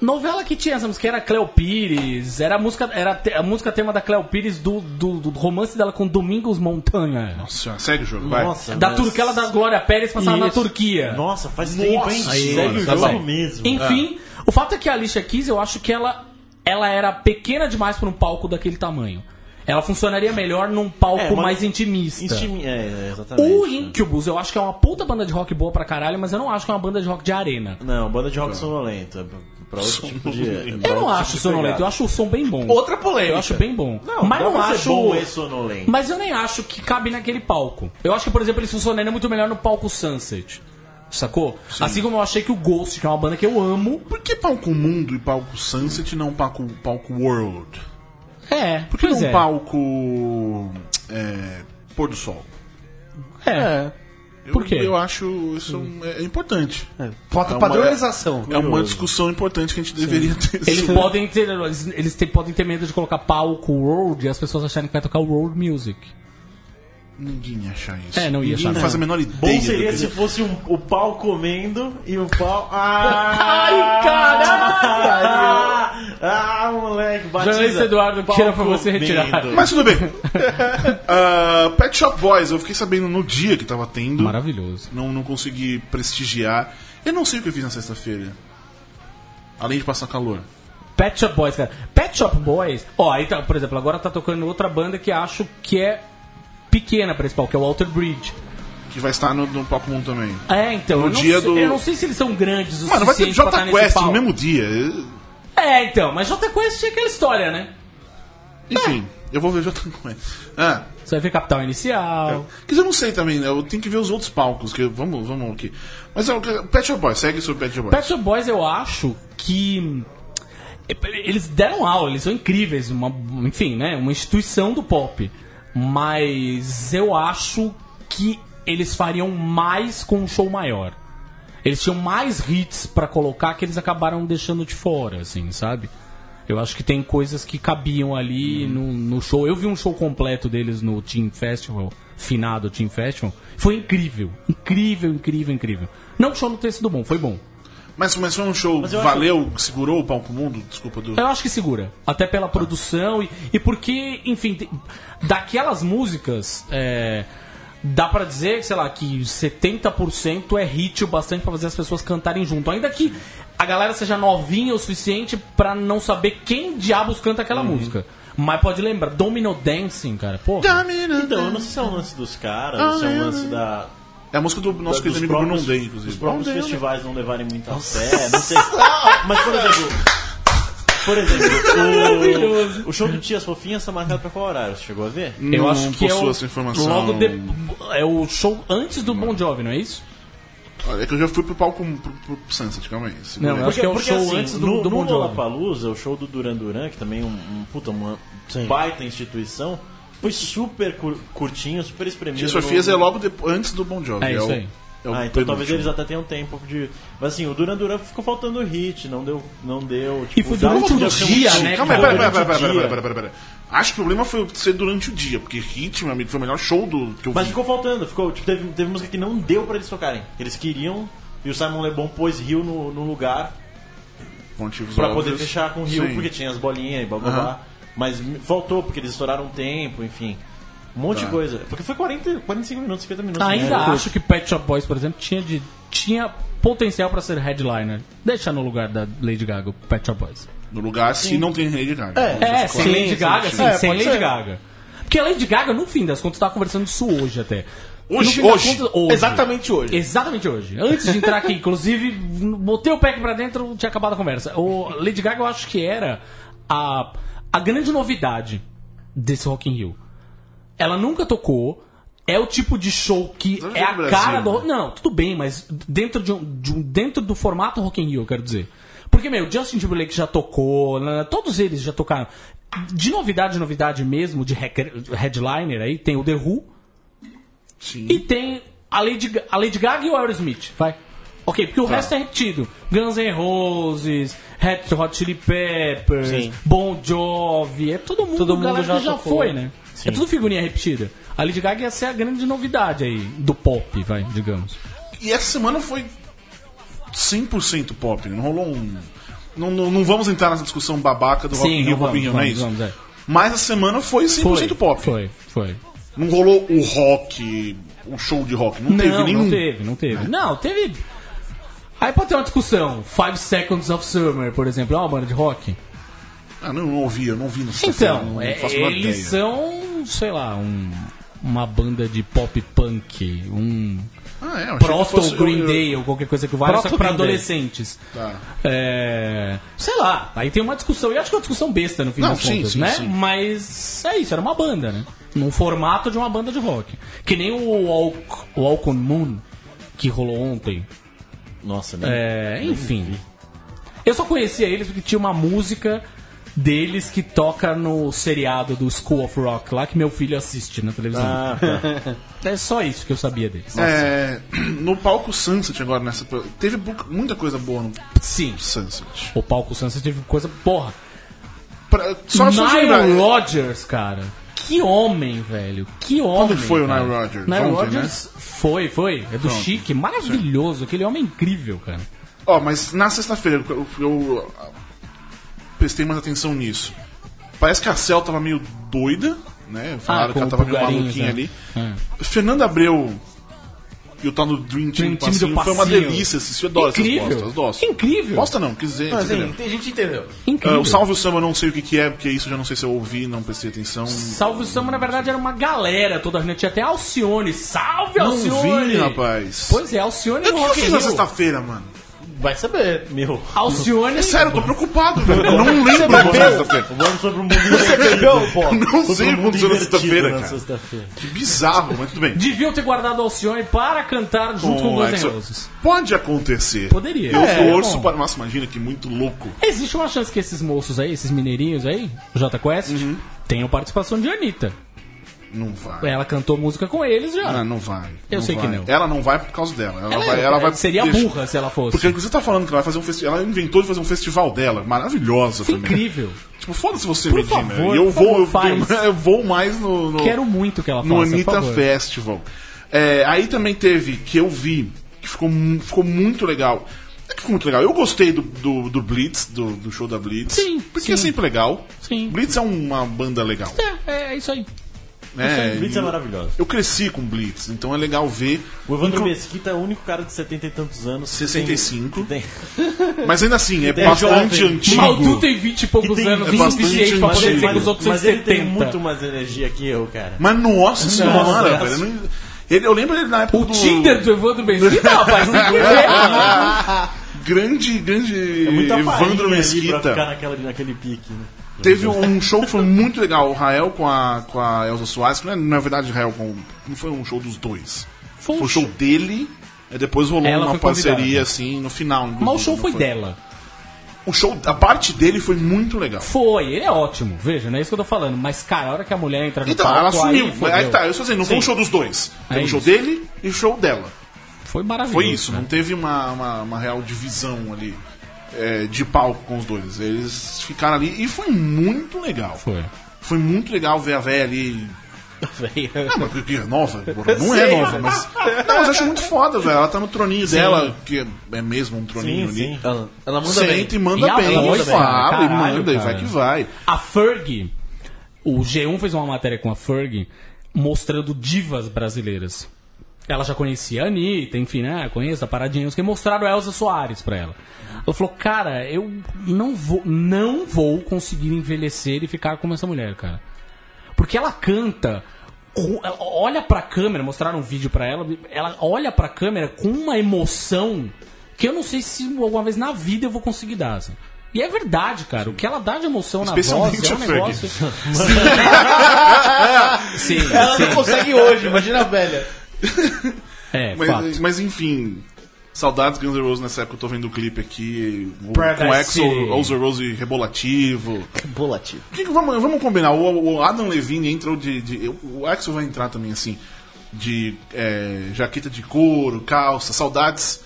S3: Novela que tinha essa música era Cleo Pires, era a música, era a te- a música tema da Cleo Pires do, do, do romance dela com Domingos Montanha.
S2: Nossa senhora, segue o jogo, vai.
S5: Nossa,
S3: Da
S5: mas-
S3: Turquela da Glória Pérez passava na
S5: Isso.
S3: Turquia.
S5: Nossa, faz tempo, hein?
S2: Aí,
S5: Segue o
S2: tá
S5: jogo
S2: bom.
S5: mesmo.
S3: Enfim, o fato é que a Alicia Keys, eu acho que ela, ela era pequena demais para um palco daquele tamanho. Ela funcionaria melhor num palco
S5: É, mas-
S3: mais intimista.
S5: Instimi- É, é, exatamente.
S3: O Incubus, eu acho que é uma puta banda de rock boa pra caralho, mas eu não acho que é uma banda de rock de arena.
S5: Não, banda
S3: Tá.
S5: de rock sonolenta. Pra outro tipo de. pra
S3: Eu não
S5: outro
S3: acho
S5: tipo de
S3: sonolento,
S5: pegada.
S3: eu acho o som bem bom.
S4: Outra polêmica.
S3: Eu acho bem bom.
S5: Não,
S3: mas
S5: dá
S3: não
S5: pra ser
S3: acho.
S5: Bom e sonolento.
S3: Mas eu nem acho que cabe naquele palco. Eu acho que, por exemplo, eles funcionariam muito melhor no palco Sunset. Sacou? Assim como eu achei que o Ghost, que é uma banda que eu amo.
S2: Por que palco mundo e palco sunset e não palco, palco world?
S3: É,
S2: Por que
S3: pois
S2: não
S3: é.
S2: palco. é, pôr do sol?
S3: É.
S2: Eu-
S3: Por quê?
S2: Eu, acho isso um- é, é importante.
S4: Falta
S2: É uma-
S4: padronização.
S2: É uma discussão importante que a gente deveria ter.
S3: Eles
S2: sobre-
S3: podem ter. Eles, eles te- podem ter medo de colocar palco world e as pessoas acharem que vai tocar world music.
S2: Ninguém ia achar isso.
S3: É, não ia
S2: Ninguém
S3: achar, não.
S2: faz a menor ideia.
S5: Bom
S2: do
S5: seria
S2: que-
S5: se fosse um- o pau comendo e o pau.
S3: Ai, caralho!
S5: Ah, ah, moleque, batiza.
S3: Jornalista Eduardo,
S5: Pau
S3: tira pra você
S5: comendo.
S3: retirar.
S2: Mas tudo bem. Ah, Pet Shop Boys, eu fiquei sabendo no dia que tava tendo.
S3: Maravilhoso.
S2: Não, não consegui prestigiar. Eu não sei o que eu fiz na sexta-feira. Além de passar calor.
S3: Pet Shop Boys, cara. Pet Shop Boys. Ó, aí tá, por exemplo, agora tá tocando outra banda que acho que é pequena pra esse palco, que é o Walter Bridge.
S2: Que vai estar no, no Palco Mundo também.
S3: É, então.
S2: No
S3: eu, não sei,
S2: dia do-
S3: eu não sei se eles são grandes o
S2: Mano, vai ter
S3: suficiente pra estar
S2: Jota
S3: nesse
S2: Quest no
S3: palco.
S2: mesmo dia.
S3: É, então, mas Jota Quest tinha aquela história, né?
S2: Enfim, é. eu vou ver Jota Quest. Ah,
S3: Você vai ver Capital Inicial.
S2: que eu não sei também, né? Eu tenho que ver os outros palcos. Que, vamos, vamos aqui. Mas é o que- Pet Shop Boys, segue sobre Pet Shop Boys.
S3: Pet Shop Boys eu acho que eh, eles deram aula, eles são incríveis, uma, enfim, né, uma instituição do pop. Mas eu acho que eles fariam mais com um show maior. Eles tinham mais hits pra colocar que eles acabaram deixando de fora, assim, sabe? Eu acho que tem coisas que cabiam ali no, no show. Eu vi um show completo deles no Team Festival, finado Team Festival. Foi incrível, incrível, incrível, incrível. Não que o show não tenha sido bom, foi bom.
S2: Mas começou um show,
S5: eu
S2: valeu, segurou o Palco Mundo? Desculpa, do.
S3: Eu acho que segura. Até pela produção e, e porque, enfim, tem- daquelas músicas, é, dá pra dizer, sei lá, que 70% é hit o bastante pra fazer as pessoas cantarem junto. Ainda que a galera seja novinha o suficiente pra não saber quem diabos canta aquela
S2: Uhum.
S3: música. Mas pode lembrar, Domino Dancing, cara, pô.
S5: Então, eu não sei se é um lance dos caras,
S3: Ah,
S5: se é um lance
S3: né?
S5: da.
S2: É a música do nosso
S5: da-
S2: querido
S5: dos
S2: amigo Bruno
S5: próprios,
S2: Day,
S5: Os
S2: inclusive. Bruno
S5: próprios
S2: Day, né?
S5: festivais não levarem muito a fé, não sei. Mas, por exemplo. Por
S3: É
S5: exemplo, o, o show do Tias Fofinhas tá marcado pra qual horário? Você chegou a ver?
S3: Eu
S2: Não
S3: acho que é
S2: possuo
S3: o,
S2: essa informação.
S3: logo de- é o show antes do Bon Jovi, não é isso?
S2: Olha, É que eu já fui pro palco pro, pro, pro Sunset, calma aí. segura
S3: Não,
S2: aí.
S3: eu acho que é o show antes do-
S5: assim, no,
S3: do
S5: no
S3: Bon Jovi.
S5: Lollapalooza, o show do Duran Duran, que também é um, um puta, uma baita instituição, foi super cur- curtinho, super espremido.
S2: Tia Sofias
S5: No-
S2: é logo depo- antes do Bon Jovi.
S3: É isso
S2: o-
S3: aí.
S2: é o
S5: ah, então
S2: penúltimo.
S5: talvez eles até tenham tempo de. Mas assim, o Duran Duran ficou faltando hit, não deu. Não deu tipo,
S3: E foi
S5: dá-
S3: durante o
S5: podia ser um
S3: dia,
S5: hit.
S3: né,
S2: Calma aí,
S3: cara?
S2: pera, pera, pera, pera,
S5: Durante
S2: pera,
S5: o dia.
S2: pera, pera, pera. Acho que o problema foi ser durante o dia, porque Hit, meu amigo, foi o melhor show do que eu
S5: Mas
S2: vi.
S5: ficou faltando, ficou. Tipo, teve, teve música que não deu pra eles tocarem. Eles queriam, e o Simon Le Bon pôs Rio no, no lugar
S2: por motivos
S5: pra
S2: óbvios.
S5: poder fechar com Rio,
S2: Sim.
S5: porque tinha as bolinhas e blá blá blá. Mas me- faltou, porque eles estouraram um tempo, enfim. Um monte de coisa. Porque foi 40, 45 minutos, 50 minutos.
S3: Tá, Ainda
S5: né?
S3: acho que Pet Shop Boys, por exemplo, tinha, de, tinha potencial pra ser headliner. Deixa no lugar da Lady Gaga, o Pet Shop Boys.
S2: No lugar, se não tem Lady Gaga.
S3: É, sem
S5: sim,
S3: Lady
S5: sim,
S3: Gaga,
S5: sim.
S3: sim,
S5: É,
S3: sem
S5: pode
S3: Lady
S5: ser.
S3: Gaga. Porque a Lady Gaga, no fim das contas, eu tava conversando isso hoje até. No
S2: Hoje,
S3: fim das
S2: hoje.
S3: contas, hoje.
S4: Exatamente hoje.
S3: Exatamente hoje. Antes de entrar aqui, inclusive, botei o pé aqui pra dentro, tinha acabado a conversa. O Lady Gaga eu acho que era a, a grande novidade desse Rock in Rio. Ela nunca tocou. É o tipo de show que
S2: Não
S3: é a
S2: no Brasil,
S3: cara
S2: né?
S3: do. Não, tudo bem, mas dentro, de um, de um- dentro do formato Rock in Rio, eu quero dizer. Porque, meu, Justin Timberlake já tocou, né, todos eles já tocaram. De novidade, novidade mesmo, de recre- headliner aí, tem o The Who, e tem a Lady,
S5: Tá.
S3: Ga- a Lady Gaga e o Aerosmith, vai. Ok, porque o resto é repetido. Guns N' Roses, Red Hot Chili Peppers,
S5: Sim.
S3: Bon Jovi, é todo mundo,
S5: Todo mundo
S3: galera
S5: já
S3: que já
S5: tocou.
S3: foi, né?
S5: Sim.
S3: É tudo figurinha repetida. A Lady Gaga ia ser a grande novidade aí do pop, vai, digamos.
S2: E essa semana foi 100% pop, não rolou um. Não, não, não vamos entrar nessa discussão babaca do Rock in
S3: Sim,
S2: Rio,
S3: não
S2: Rock in Rio,
S3: vamos,
S2: não é
S3: vamos,
S2: isso?
S3: vamos, é.
S2: Mas a semana foi 100% pop.
S3: Foi, foi.
S2: Não rolou o rock, o show de rock, não,
S3: Não,
S2: teve nenhum.
S3: não teve, não teve. Não, teve. Aí pode ter uma discussão. Five Seconds of Summer, por exemplo, é uma banda de rock.
S2: Ah, não, não ouvi, eu não ouvi no
S3: Então,
S2: não
S3: é,
S2: faço a menor
S3: eles
S2: ideia.
S3: são, sei lá, um- uma banda de pop punk, um
S2: Ah, é, eu achei que
S3: proto
S2: fosse- eu-
S3: Green
S2: eu-
S3: Day ou qualquer coisa que vale, só que pra
S4: Proto-Green Day.
S3: adolescentes.
S2: Tá.
S3: É, sei lá, aí tem uma discussão, eu acho que é uma discussão besta no fim
S2: Não,
S3: das
S2: sim,
S3: contas,
S2: sim,
S3: né?
S2: sim.
S3: Mas é isso, era uma banda, né? Num formato de uma banda de rock. Que nem o Walk, o Walk on Moon, que rolou ontem.
S5: Nossa, né?
S3: É, enfim. Eu só conhecia eles porque tinha uma música deles que toca no seriado do School of Rock lá que meu filho assiste na televisão.
S5: Ah, tá.
S3: É só isso que eu sabia deles.
S2: É, no palco Sunset agora, nessa. Teve bu- muita coisa boa no
S3: Sim.
S2: Sunset.
S3: O palco Sunset teve coisa. Porra!
S2: Pra, só só de
S3: Nile
S2: lembrar,
S3: Rodgers, cara. Que homem, velho. Que homem.
S2: foi o
S3: cara.
S2: Nile Rodgers?
S3: Nile
S2: Ontem, né?
S3: Rodgers foi, foi. É do chique. Maravilhoso. Aquele homem incrível, cara.
S2: Ó, mas na sexta-feira eu, eu prestei mais atenção nisso. Parece que a Cel tava meio doida, né? Falaram
S3: Ah,
S2: que
S3: com
S2: ela
S3: o
S2: tava meio
S3: Pulgarinhos,
S2: maluquinha
S3: né?
S2: ali.
S3: É.
S2: Fernanda Abreu e o tal do Dream Team,
S3: Dream Team do
S2: do passinho, foi uma
S3: Passinho.
S2: delícia assistir. Eu adoro essas
S3: Incrível.
S2: postas. Nossa.
S3: Incrível.
S2: Posta não, quiser.
S4: Mas, hein, a Então, assim, gente entendeu.
S3: Incrível.
S2: o Ah, Salve o Samba eu não sei o que, que é, porque isso eu já não sei se eu ouvi, não prestei atenção.
S3: Salve o Samba, na verdade, era uma galera toda. Né? Tinha até Alcione. Salve,
S2: Não
S3: Alcione!
S2: vi, rapaz.
S3: Pois é, Alcione
S2: Eu-
S3: no
S2: o que eu
S3: Rock in
S2: fiz na
S3: Rio.
S2: sexta-feira, mano?
S5: Vai saber, meu.
S3: Alcione...
S2: É sério, eu tô preocupado, velho. Eu não lembro o que eu fiz na sexta-feira.
S5: Vamos sobre um mundo divertido.
S4: Entendeu, pô?
S2: Não
S5: Sobre
S2: sei
S5: um
S2: o que
S5: mundo
S2: aconteceu na
S5: divertido
S2: sexta-feira,
S5: na
S2: cara.
S5: sexta-feira.
S2: Que bizarro, mas tudo bem.
S3: Deviam ter guardado Alcione para cantar junto com,
S2: Com
S3: com Guns N'
S2: Axl.
S3: Roses.
S2: Pode acontecer.
S3: Poderia.
S2: Eu
S3: É,
S2: torço
S3: bom.
S2: para. Nossa, imagina que muito louco.
S3: Existe uma chance que esses moços aí, esses mineirinhos aí, J Quest,
S2: Uhum.
S3: tenham participação de Anitta.
S2: Não vai.
S3: Ela cantou música com eles já.
S2: Ela não vai.
S3: Eu sei que
S2: vai.
S3: não.
S2: Ela não vai por causa dela. Ela,
S3: Ela
S2: vai,
S3: é-
S2: ela vai
S3: seria
S2: deixa-
S3: burra se ela fosse.
S2: Porque você tá falando que ela vai fazer um festival. Ela inventou de fazer um festival dela. Maravilhosa
S3: Foi
S2: também.
S3: é incrível.
S2: Tipo, foda-se você,
S3: Por
S2: Medina.
S3: favor,
S2: eu
S3: por
S2: vou, eu,
S3: favor, faz.
S2: eu vou mais no. no-
S3: Quero muito que ela faça,
S2: no
S5: é
S3: por
S2: Anitta
S3: favor.
S2: Festival. É, aí também teve, que eu vi, que ficou, mu- ficou muito legal. É que ficou muito legal. Eu gostei do, do, do Blitz, do, do show da Blitz.
S3: Sim,
S2: Porque
S3: sim.
S2: é sempre legal.
S3: Sim.
S2: Blitz é uma banda legal.
S3: É, é, é isso aí.
S2: Né?
S5: Blitz
S2: E
S5: é maravilhosa.
S2: Eu cresci com Blitz, então é legal ver.
S5: O Evandro
S2: Inclu-
S5: Mesquita é o único cara de 70 e tantos anos. que
S2: 65.
S5: Tem, que
S2: Mas ainda assim, é
S5: Tem
S2: bastante
S5: jovem.
S2: antigo.
S3: Maldu tem 20 e
S5: né? tem, que
S3: poucos
S5: tem
S3: anos,
S2: é bastante
S3: insuficiente pra
S5: mas,
S3: poder
S2: antigo.
S3: dizer que
S5: mas,
S3: os outros
S5: mas
S3: têm
S5: ele tem
S3: 70.
S5: muito mais energia que eu, cara.
S2: Mas nossa senhora, velho.
S5: Nossa.
S2: eu não- Ele, eu lembro dele na época
S3: O
S2: do.
S3: Tinder do Evandro Mesquita, rapaz, não tem né?
S2: Grande, grande
S5: É muita farinha
S2: Evandro
S5: ali pra
S2: Mesquita.
S5: ficar naquela, naquele pique, né?
S2: Teve um show que foi muito legal, o Rael com a, com a Elza Soares, que não é, na verdade Rael com. Não foi um show dos dois. Foi, um show dele, e depois rolou
S3: Ela
S2: uma
S3: foi convidada.
S2: parceria assim no final.
S3: Mas o
S2: Não
S3: show foi dela.
S2: O show, a parte dele foi muito legal.
S3: Foi, ele é ótimo, veja, não é isso que eu tô falando. Mas, cara, a hora que a mulher entra no
S2: Então,
S3: palco,
S2: ela
S3: aí
S2: sumiu. Aí,
S3: fodeu.
S2: tá, eu estou dizendo, não foi um
S3: Sim.
S2: show dos dois. Foi
S3: É
S2: um show
S3: isso.
S2: dele e o show dela.
S3: Foi maravilhoso.
S2: Foi isso,
S3: né?
S2: não teve uma, uma, uma real divisão ali é, de palco com os dois. Eles ficaram ali e foi muito legal.
S3: Foi.
S2: Foi muito legal ver a véia ali
S4: Velho.
S2: Ah, mas que é nova? Porra, Não é nova, mas. Não, mas eu acho muito foda, velho. Ela tá no troninho dela, que é mesmo um troninho
S5: Sim,
S2: ali.
S5: sim.
S4: Ela, ela manda
S2: Senta e
S4: bem.
S2: manda
S3: E a
S2: bem,
S3: voz,
S2: e fala,
S3: cara,
S2: e
S3: caralho,
S2: manda, e vai
S3: cara.
S2: que vai.
S3: A Ferg, o G1 fez uma matéria com a Ferg mostrando divas brasileiras. Ela já conhecia a Anitta, enfim, né? Conheço a Paradinha, os que mostraram a Elza Soares pra ela. Ela falou, cara, eu não vou, não vou conseguir envelhecer e ficar como essa mulher, cara. Porque ela canta, com- ela olha pra câmera, mostraram um vídeo pra ela, ela olha pra câmera com uma emoção que eu não sei se alguma vez na vida eu vou conseguir dar. assim. E é verdade, cara. O que ela dá de emoção na voz é
S2: Especialmente
S3: um
S2: a Fergie.
S3: negócio. Sim,
S4: Ela não
S3: sim.
S4: consegue hoje, imagina a velha.
S3: É, fato.
S2: Mas, mas, enfim. Saudades Guns N' Roses nessa época, eu tô vendo o clipe aqui. o- Com
S3: Paradise
S2: Axel,
S3: City.
S2: Guns N' Roses rebolativo.
S5: Bolativo.
S2: Que que vamos, vamos combinar, o, o Adam Levine entrou de, de- O Axel vai entrar também assim. De é, jaqueta de couro, calça, saudades.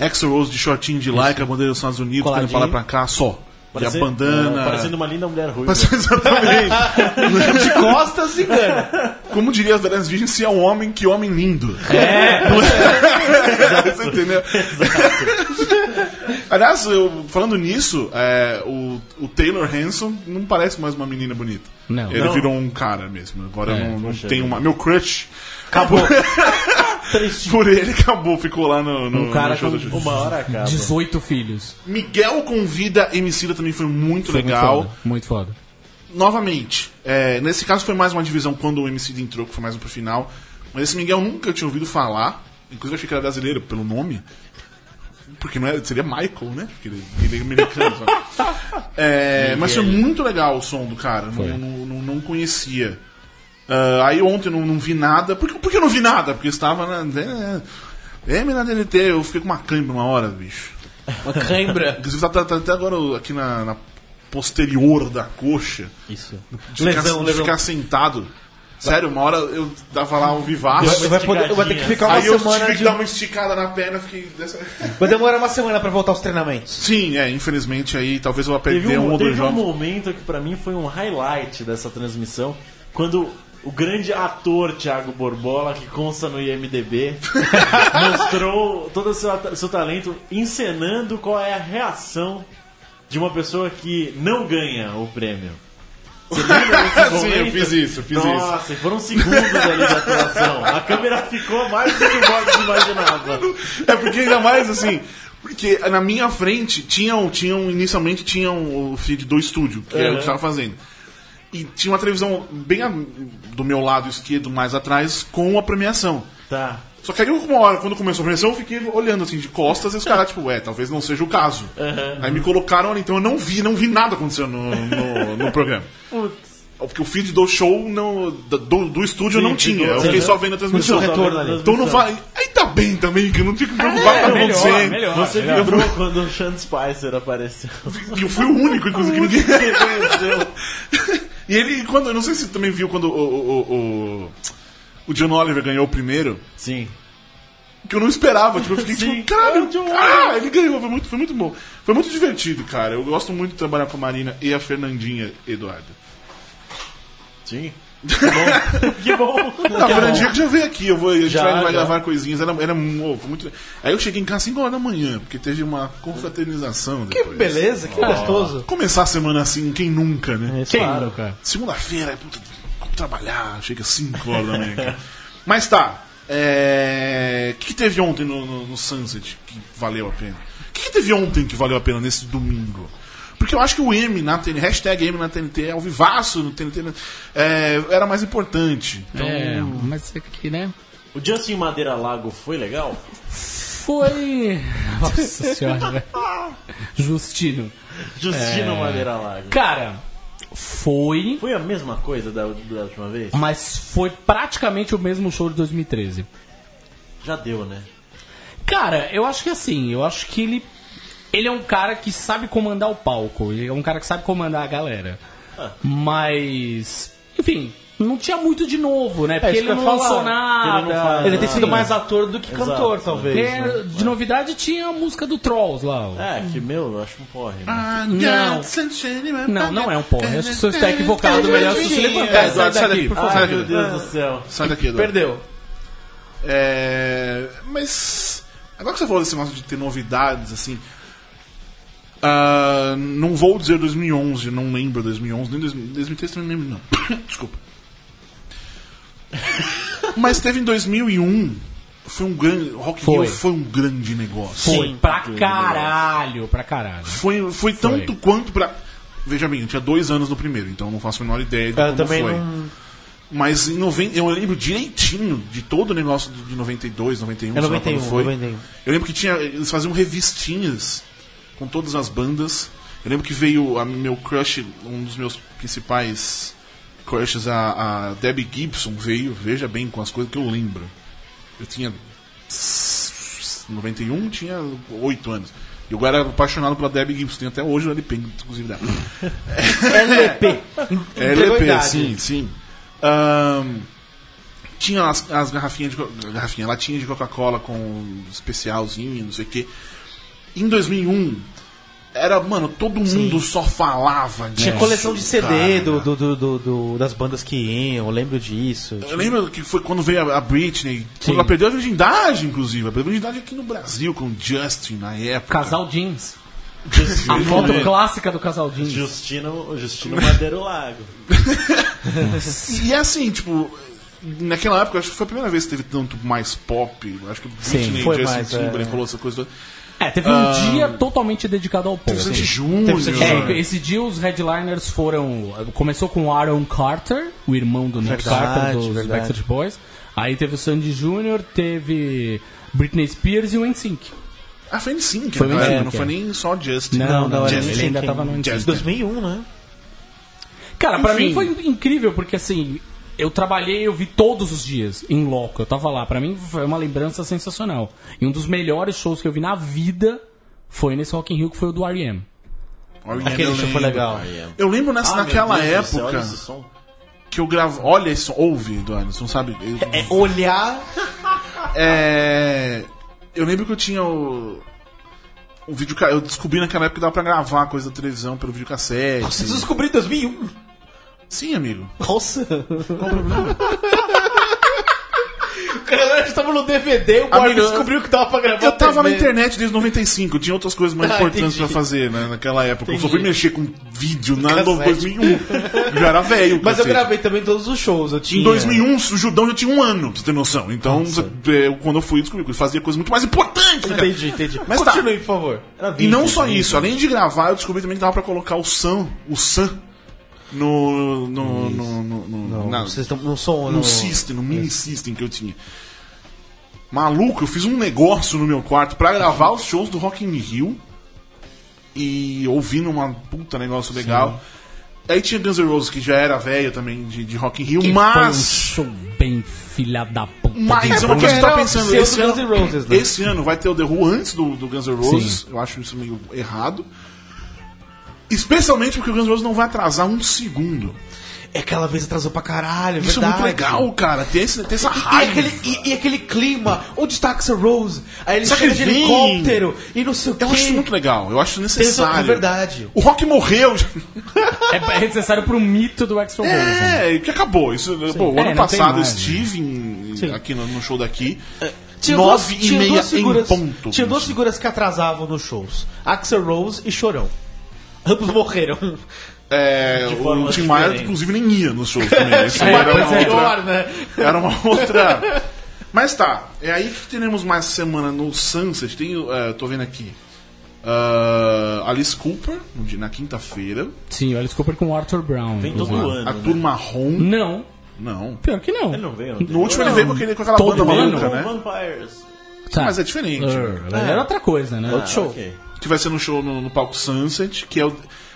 S2: Axel Rose de shortinho de lycra, bandeira dos Estados Unidos, pra, ele pra lá pra
S5: Coladinho.
S2: cá, só.
S5: Parece-
S2: e a bandana.
S5: ah, Parecendo uma linda mulher ruiva.
S2: Mas, exatamente.
S4: De costas e cana.
S2: Como diria as velhas virgens, se é um homem, que homem lindo.
S3: É,
S2: Você entendeu? Aliás, eu- falando nisso, é, o, o Taylor Hanson não parece mais uma menina bonita.
S3: Não.
S2: Ele
S3: Não.
S2: virou um cara mesmo.
S3: É,
S2: Agora eu não, não
S5: poxa
S2: tenho uma. Meu crush
S5: Acabou.
S2: por ele acabou, ficou lá no, no,
S3: Um cara
S2: no show
S3: com
S2: do
S5: Uma hora acaba.
S3: 18 filhos.
S2: Miguel convida Emicida também foi muito
S3: Foi
S2: legal.
S3: Muito foda. Muito foda.
S2: novamente, é, nesse caso foi mais uma divisão quando o MC entrou, que foi mais um pro final. Mas esse Miguel nunca eu tinha ouvido falar. Inclusive eu achei que era brasileiro pelo nome. Porque não era, seria Michael, né? Porque ele, ele é americano. sabe? É, mas foi muito legal o som do cara. Não, não, não- não conhecia. Ah, aí ontem eu não, não vi nada. Por que, por que eu não vi nada? Porque eu estava na. É, é, na DLT, eu fiquei com uma câimbra uma hora, bicho.
S4: Uma cãibra.
S2: Inclusive tá, tá- tá até agora aqui na- na posterior da coxa.
S5: Isso.
S2: De
S4: Lesão,
S2: ficar, de
S4: lesão.
S2: ficar assim, sentado. Sério, uma hora eu dava lá um vivaço.
S4: Eu, vai poder- eu vou ter que ficar uma
S2: Aí eu
S4: semana
S2: tive que
S4: de...
S2: dar uma esticada na perna, fiquei. dessa-
S4: Vai demorar uma semana pra voltar aos treinamentos.
S2: Sim, é, infelizmente aí talvez eu vá
S5: Teve
S2: perder
S5: um,
S2: um, ou dois
S5: teve um
S2: jogos.
S5: momento que pra mim foi um highlight dessa transmissão, quando o grande ator Thiago Borbola, que consta no IMDB, mostrou todo o seu, at- seu talento encenando qual é a reação de uma pessoa que não ganha o prêmio. Você lembra desse
S2: Sim, eu
S5: momento?
S2: fiz isso, eu fiz
S5: Nossa,
S2: isso.
S5: e foram segundos ali de atuação. A câmera ficou mais do que o Borges imaginava.
S2: É porque ainda mais assim. Porque na minha frente tinham, tinham um, inicialmente tinham o feed do estúdio, que é o que
S5: Uhum.
S2: eu estava fazendo. E tinha uma televisão bem a- do meu lado esquerdo, mais atrás, com a premiação.
S5: Tá.
S2: Só que aí uma hora, quando começou a premiação, eu fiquei olhando assim de costas e os caras, tipo, ué, talvez não seja o caso. Aí me colocaram ali, então eu não vi, não vi nada acontecendo no, no, no programa.
S5: Putz.
S2: Porque o feed do show não, do, do estúdio eu
S5: Sim,
S2: não tinha.
S5: ficou.
S2: Eu fiquei
S5: Uhum.
S2: só vendo a transmissão.
S4: tinha retorno ali.
S2: Então não vai. Ainda bem também, que eu não tinha que me preocupar com
S5: Ah,
S2: o que tá
S3: melhor,
S2: acontecendo.
S3: melhor.
S5: É, Você
S3: Melhor.
S5: vibrou quando o Sean Spicer apareceu.
S2: E eu fui o único, inclusive, que ninguém.
S5: reconheceu.
S2: E ele, quando. Eu não sei se você também viu quando o. o, o, o- o John Oliver ganhou o primeiro.
S5: Sim.
S2: que eu não esperava. Tipo, eu fiquei
S5: Sim.
S2: tipo, caralho,
S5: É o John
S2: ah, ele ganhou, foi muito, foi muito bom. Foi muito divertido, cara. Eu gosto muito de trabalhar com a Marina e a Fernandinha, Eduardo.
S5: Sim. Que bom. que tá bom.
S2: Não, a Fernandinha que já veio aqui, eu vou, a gente
S5: Já,
S2: vai, vai
S5: já.
S2: gravar coisinhas. Ela, ela é mu- foi muito. Aí eu cheguei em casa 5 horas da manhã, porque teve uma confraternização.
S4: Que
S2: depois.
S4: beleza, que gostoso.
S2: Começar a semana assim, quem nunca,
S5: É
S2: né?
S3: Quem
S5: Claro.
S3: nunca?
S2: Segunda-feira, puta, como trabalhar? Chega 5 horas da manhã. cara. Mas tá. é, O que, que teve ontem no, no- no Sunset que valeu a pena? O que, que teve ontem que valeu a pena nesse domingo? Porque eu acho que o M na TNT, hashtag M na TNT, é o vivaço no TNT, né? É, era mais importante. Então,
S3: É, mas é que, né?
S5: O Justin Madeira Lago foi legal?
S3: Foi. Nossa senhora. velho. Justino.
S5: Justino Madeira Lago.
S3: Cara, foi.
S5: Foi a mesma coisa da, da última vez?
S3: Mas foi praticamente o mesmo show de 2013.
S5: Já deu, né?
S3: Cara, eu acho que assim, eu acho que ele. Ele é um cara que sabe comandar o palco. Ele é um cara que sabe comandar a galera.
S5: Ah.
S3: Mas. Enfim, não tinha muito de novo, né? Porque
S4: isso
S3: ele
S4: que eu
S3: não
S4: ia
S3: lançou
S4: falar.
S5: Ele não faz
S3: nada.
S4: Ele tem
S5: Ah,
S4: sido
S5: sim.
S4: mais ator do que
S5: Exato.
S4: cantor, talvez.
S3: É,
S4: né?
S3: de novidade tinha a música do Trolls lá. ó.
S5: É, que meu, eu acho um porre. Né?
S2: Ah,
S3: Não.
S2: sunshine in my
S3: Não,
S2: pocket.
S3: não é um porra. Acho que se você está equivocado, melhor se você levantar.
S2: É, Eduardo, sai daqui, por favor,
S5: Ai,
S2: sai
S5: meu
S2: daqui.
S5: Deus do céu.
S2: Sai daqui, Eduardo.
S4: Perdeu.
S2: É, mas agora que você falou desse negócio de ter novidades, assim. ah, não vou dizer 2011, não lembro 2011, nem 2000, 2013 também não lembro, não. Desculpa. mas teve em 2001. Foi um grande. Rock in
S3: Foi.
S2: Rio foi um grande negócio.
S3: Foi
S5: Sim.
S3: pra caralho, pra caralho.
S2: Foi, foi tanto quanto pra. Veja bem, eu tinha dois anos no primeiro, então eu não faço a menor ideia de
S4: É, Eu
S2: como
S4: também
S2: foi.
S4: não.
S2: Mas em 90, eu lembro direitinho de todo o negócio de 92, 91,
S4: É
S2: sei lá
S4: 91,
S2: quando foi.
S4: 91.
S2: Eu lembro que tinha, eles faziam revistinhas com todas as bandas. Eu lembro que veio a meu crush, um dos meus principais crushes, a, a Debbie Gibson veio, veja bem, com as coisas que eu lembro. Eu tinha 91, tinha 8 anos. E eu era apaixonado pela Debbie Gibson, tem até hoje o LP, inclusive dela.
S4: LP.
S2: É
S4: Entregou a
S2: LP,
S4: idade.
S2: sim, sim. Ahn, Tinha as, as garrafinhas de co- garrafinha, latinha de Coca-Cola com especialzinho, não sei o quê. Em 2001 era, mano, todo mundo só falava disso.
S4: Tinha
S5: É.
S4: coleção de CD
S2: cara.
S4: do, do, do, do- do- das bandas que iam, eu lembro disso.
S2: Eu lembro que foi quando veio a- a Britney, quando ela perdeu a virgindade, inclusive. Ela perdeu a virgindade aqui no Brasil com o Justin na época.
S3: Casal jeans.
S5: Justino,
S3: A foto clássica do casal jeans.
S5: Justino, Justino Madeiro Lago.
S2: E assim, tipo, naquela época, acho que foi a primeira vez que teve tanto mais pop. Acho que Britney,
S4: foi
S2: Justin
S4: mais, é.
S2: Timberlake, rolou essa coisa toda.
S3: É, teve um dia totalmente dedicado ao povo.
S2: Teve um Sandy Júnior.
S4: Teve Sandy Júnior.
S3: É, esse dia os headliners foram. Começou com o Aaron Carter, o irmão do Nick
S4: Verdade,
S3: Carter dos
S4: verdade.
S3: Backstreet Boys. Aí teve o Sandy Jr., teve Britney Spears e o NSYNC.
S2: Ah, foi NSYNC,
S3: Foi
S2: né? cara?
S3: NSYNC,
S2: Não
S3: é.
S2: foi nem só Justin.
S3: Não, não, era
S2: Justin.
S3: NSYNC, ainda tava no NSYNC.
S2: Justin.
S4: 2001, né?
S3: Cara, pra mim
S2: Enfim.
S3: foi incrível, porque assim, eu trabalhei, eu vi todos os dias em loco, eu tava lá. Pra mim foi uma lembrança sensacional. E um dos melhores shows que eu vi na vida foi nesse Rock in Rio, que foi o do R.E.M.
S2: Olha,
S4: Aquele
S2: eu
S4: show foi
S2: lembro.
S4: legal.
S2: Eu lembro nessa,
S5: Ah,
S2: naquela
S5: meu Deus do céu,
S2: época
S5: olha esse som.
S2: que eu gravo. Olha isso, ouve, Eduardo, você não sabe. Eu-
S4: É olhar.
S2: É. Eu lembro que eu tinha o. Um vídeo. Eu descobri naquela época que dava pra gravar coisa da televisão pelo videocassete.
S4: Você descobriu em 2001.
S2: Sim, amigo.
S4: Nossa. Cara, já tava no DVD, o
S2: Amigo,
S4: Barney
S2: eu-
S4: descobriu que dava pra gravar.
S2: Eu tava na
S4: TV.
S2: internet desde 95, tinha outras coisas mais
S4: Ah,
S2: importantes
S4: entendi.
S2: pra fazer, né? Naquela época. Eu só fui mexer com vídeo na
S4: Cassete.
S2: 2001. Eu já era velho.
S4: Mas eu
S2: cacete.
S4: gravei também todos os shows. Eu tinha.
S2: Em 2001, o Judão já tinha um ano, pra você ter noção. Então, é, quando eu fui, eu descobri que eu fazia coisas muito mais importantes, cara.
S4: Entendi, entendi.
S2: Mas tá.
S4: Continue, por favor.
S2: um. E não só isso, além de gravar, eu descobri também que dava pra colocar o Sam, o Sam, no. no. no. no. no. na-
S4: Vocês estão não som,
S2: no system,
S4: É.
S2: no mini system que eu tinha. Maluco, eu fiz um negócio no meu quarto pra gravar os shows do Rock in Rio e ouvindo uma puta negócio legal. Aí tinha Guns N' Roses, que já era velho também de, de Rock in Rio,
S3: Que foi um
S2: mas.
S3: show bem filha da puta.
S2: Mas
S3: de
S2: é uma
S3: bom.
S2: coisa que eu tava
S4: um Era
S2: pensando.
S4: o seu
S2: Esse
S4: do Guns
S2: ano,
S4: N' Roses, né?
S2: esse ano vai ter o The Who antes do, do Guns N' Roses. Eu acho isso meio errado. Especialmente porque o Guns N' Roses não vai atrasar um segundo.
S4: É aquela vez atrasou pra caralho,
S2: Isso é
S4: verdade.
S2: muito legal, cara. Ter, esse, ter essa
S4: E
S2: raiva.
S4: aquele, e, e aquele clima, onde está Axel Rose? Aí ele
S2: Sabe
S4: chega
S2: que
S4: de
S2: vem?
S4: helicóptero e não sei o quê.
S2: Eu acho isso muito legal. Eu acho
S4: Tem-
S2: necessário.
S4: é verdade.
S2: O rock morreu.
S3: É, é necessário pro mito do Axel Rose. né?
S2: É, que acabou. Isso, pô, o
S3: É,
S2: ano
S3: não
S2: passado
S3: tem
S2: eu
S3: mais, É,
S2: estive em- aqui no, no show daqui.
S4: duas-
S2: Nove e
S4: tinha
S2: meia
S4: duas
S2: em
S4: figuras,
S2: ponto.
S4: Tinha duas figuras que atrasavam nos shows: Axel Rose e Chorão. Ambos morreram.
S2: É, o
S5: formas
S2: Tim Maia,
S5: diferentes.
S2: inclusive, nem ia nos shows também. Isso
S3: É,
S2: era,
S3: pois
S2: uma
S3: é.
S2: outra,
S4: né?
S2: era uma outra. Mas tá, é aí que teremos mais essa semana no Sunset. Tem, eh, tô vendo aqui. ah, Alice Cooper, no dia- na quinta-feira.
S3: Sim, o Alice Cooper com o Arthur Brown.
S5: Vem todo
S3: inclusive.
S5: ano.
S2: A
S5: né?
S2: turma marrom.
S3: Não,
S2: Não.
S3: pior que não.
S5: Ele não veio, não
S2: No último ele
S3: Não.
S2: veio com, aquele, com aquela
S3: Todo
S2: banda
S3: ano.
S2: maluca, né?
S5: Vampires.
S3: Tá.
S2: Mas é diferente.
S3: Ah, Era outra coisa, né?
S5: É. Ah, ok.
S2: que vai ser no show no, no palco Sunset, que é o.